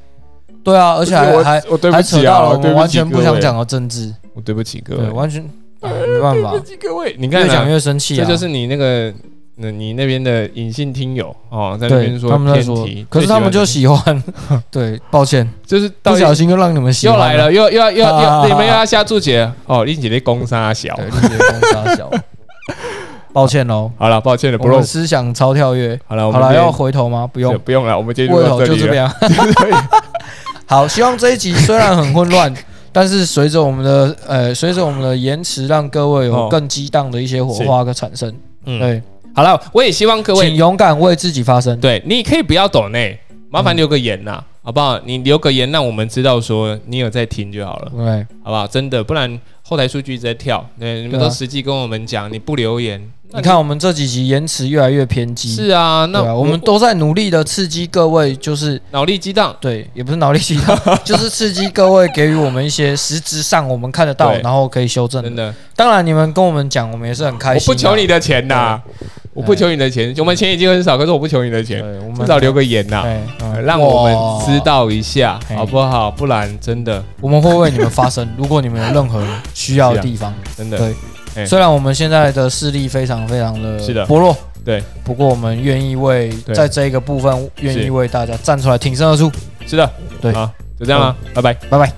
Speaker 3: 对啊，而且还还
Speaker 2: 我对啊
Speaker 3: 还扯到了我
Speaker 2: 对
Speaker 3: 们完全
Speaker 2: 各
Speaker 3: 不
Speaker 2: 位
Speaker 3: 想讲，的政治，
Speaker 2: 我对不起各
Speaker 3: 对，
Speaker 2: 位，
Speaker 3: 完全、哎没办法
Speaker 2: 对不，起各位，你看
Speaker 3: 越
Speaker 2: 啊
Speaker 3: 讲越生气
Speaker 2: 这
Speaker 3: 啊。
Speaker 2: 就是你那个，那你那边的隐性听友哦，在那
Speaker 3: 对
Speaker 2: 边，说
Speaker 3: 他们在
Speaker 2: 偏
Speaker 3: 说
Speaker 2: 题，，
Speaker 3: 可是他们就
Speaker 2: 最
Speaker 3: 喜欢。 对，抱歉，
Speaker 2: 就是到
Speaker 3: 不
Speaker 2: 底
Speaker 3: 小心就让你们喜
Speaker 2: 又
Speaker 3: 欢
Speaker 2: 来。了，又又要又
Speaker 3: 啊啊
Speaker 2: 要
Speaker 3: 啊
Speaker 2: 你们又要下注解哦，一姐的攻杀小
Speaker 3: 对，，你觉得公司大小，抱歉喽，
Speaker 2: 好了，抱歉了，不
Speaker 3: 我
Speaker 2: 用
Speaker 3: 们，思想超跳跃。
Speaker 2: 好了，我
Speaker 3: 好
Speaker 2: 们
Speaker 3: 了，
Speaker 2: 今天
Speaker 3: 要回头吗？不用，
Speaker 2: 不用了，我们今天
Speaker 3: 回
Speaker 2: 就到
Speaker 3: 头
Speaker 2: 这
Speaker 3: 就
Speaker 2: 里
Speaker 3: 这
Speaker 2: 了，
Speaker 3: 样。 好，希望这一集虽然很混乱，但是随着我们的呃，随着我们的延迟，让各位有
Speaker 2: 哦
Speaker 3: 更激荡的一些火花的产生。
Speaker 2: 嗯，
Speaker 3: 对，
Speaker 2: 好了，我也希望各
Speaker 3: 请
Speaker 2: 位，
Speaker 3: 勇敢为自己发声。
Speaker 2: 对，你可以不要抖内，麻
Speaker 3: 嗯
Speaker 2: 烦留个言呐，好不好？你留个言，让我们知道说你有在听就好了。
Speaker 3: 对，
Speaker 2: 好不好？真的，不然后台数据一直在跳。对，你们
Speaker 3: 对啊
Speaker 2: 都实际跟我们讲，你不留言，那
Speaker 3: 你看我们这几集延迟越来越偏激。
Speaker 2: 是啊，
Speaker 3: 对
Speaker 2: 那
Speaker 3: 啊，我们都在努力的刺激各位，就是
Speaker 2: 脑力激荡，
Speaker 3: 对，也不是脑力激 荡，就是刺激各位给予我们一些实质上我们看得到，
Speaker 2: 对
Speaker 3: 然后可以修正
Speaker 2: 真
Speaker 3: 的。
Speaker 2: 的，
Speaker 3: 当然，你们跟我们讲，我们也是很开
Speaker 2: 我
Speaker 3: 心。啊
Speaker 2: 不求你，的钱呐，我不求你的钱，我们钱已经很少，可是我不求你的
Speaker 3: 对
Speaker 2: 钱，，
Speaker 3: 我们
Speaker 2: 至少留个言呐，呃
Speaker 3: 对，嗯
Speaker 2: 让我们知。道一下
Speaker 3: 哇
Speaker 2: 好不好？不然真的
Speaker 3: 我们会为你们发声， 如果你们有任何需要的地方。
Speaker 2: 真的
Speaker 3: 对
Speaker 2: 哎
Speaker 3: 虽然我们现在的势力非常非常
Speaker 2: 是的
Speaker 3: 的薄弱，
Speaker 2: 对，
Speaker 3: 不过我们愿意为
Speaker 2: 对
Speaker 3: 在这一个部分愿意
Speaker 2: 是
Speaker 3: 为大家站出来挺身而出。
Speaker 2: 是的，啊
Speaker 3: 对
Speaker 2: 好，就这样了，拜拜。
Speaker 3: 拜拜。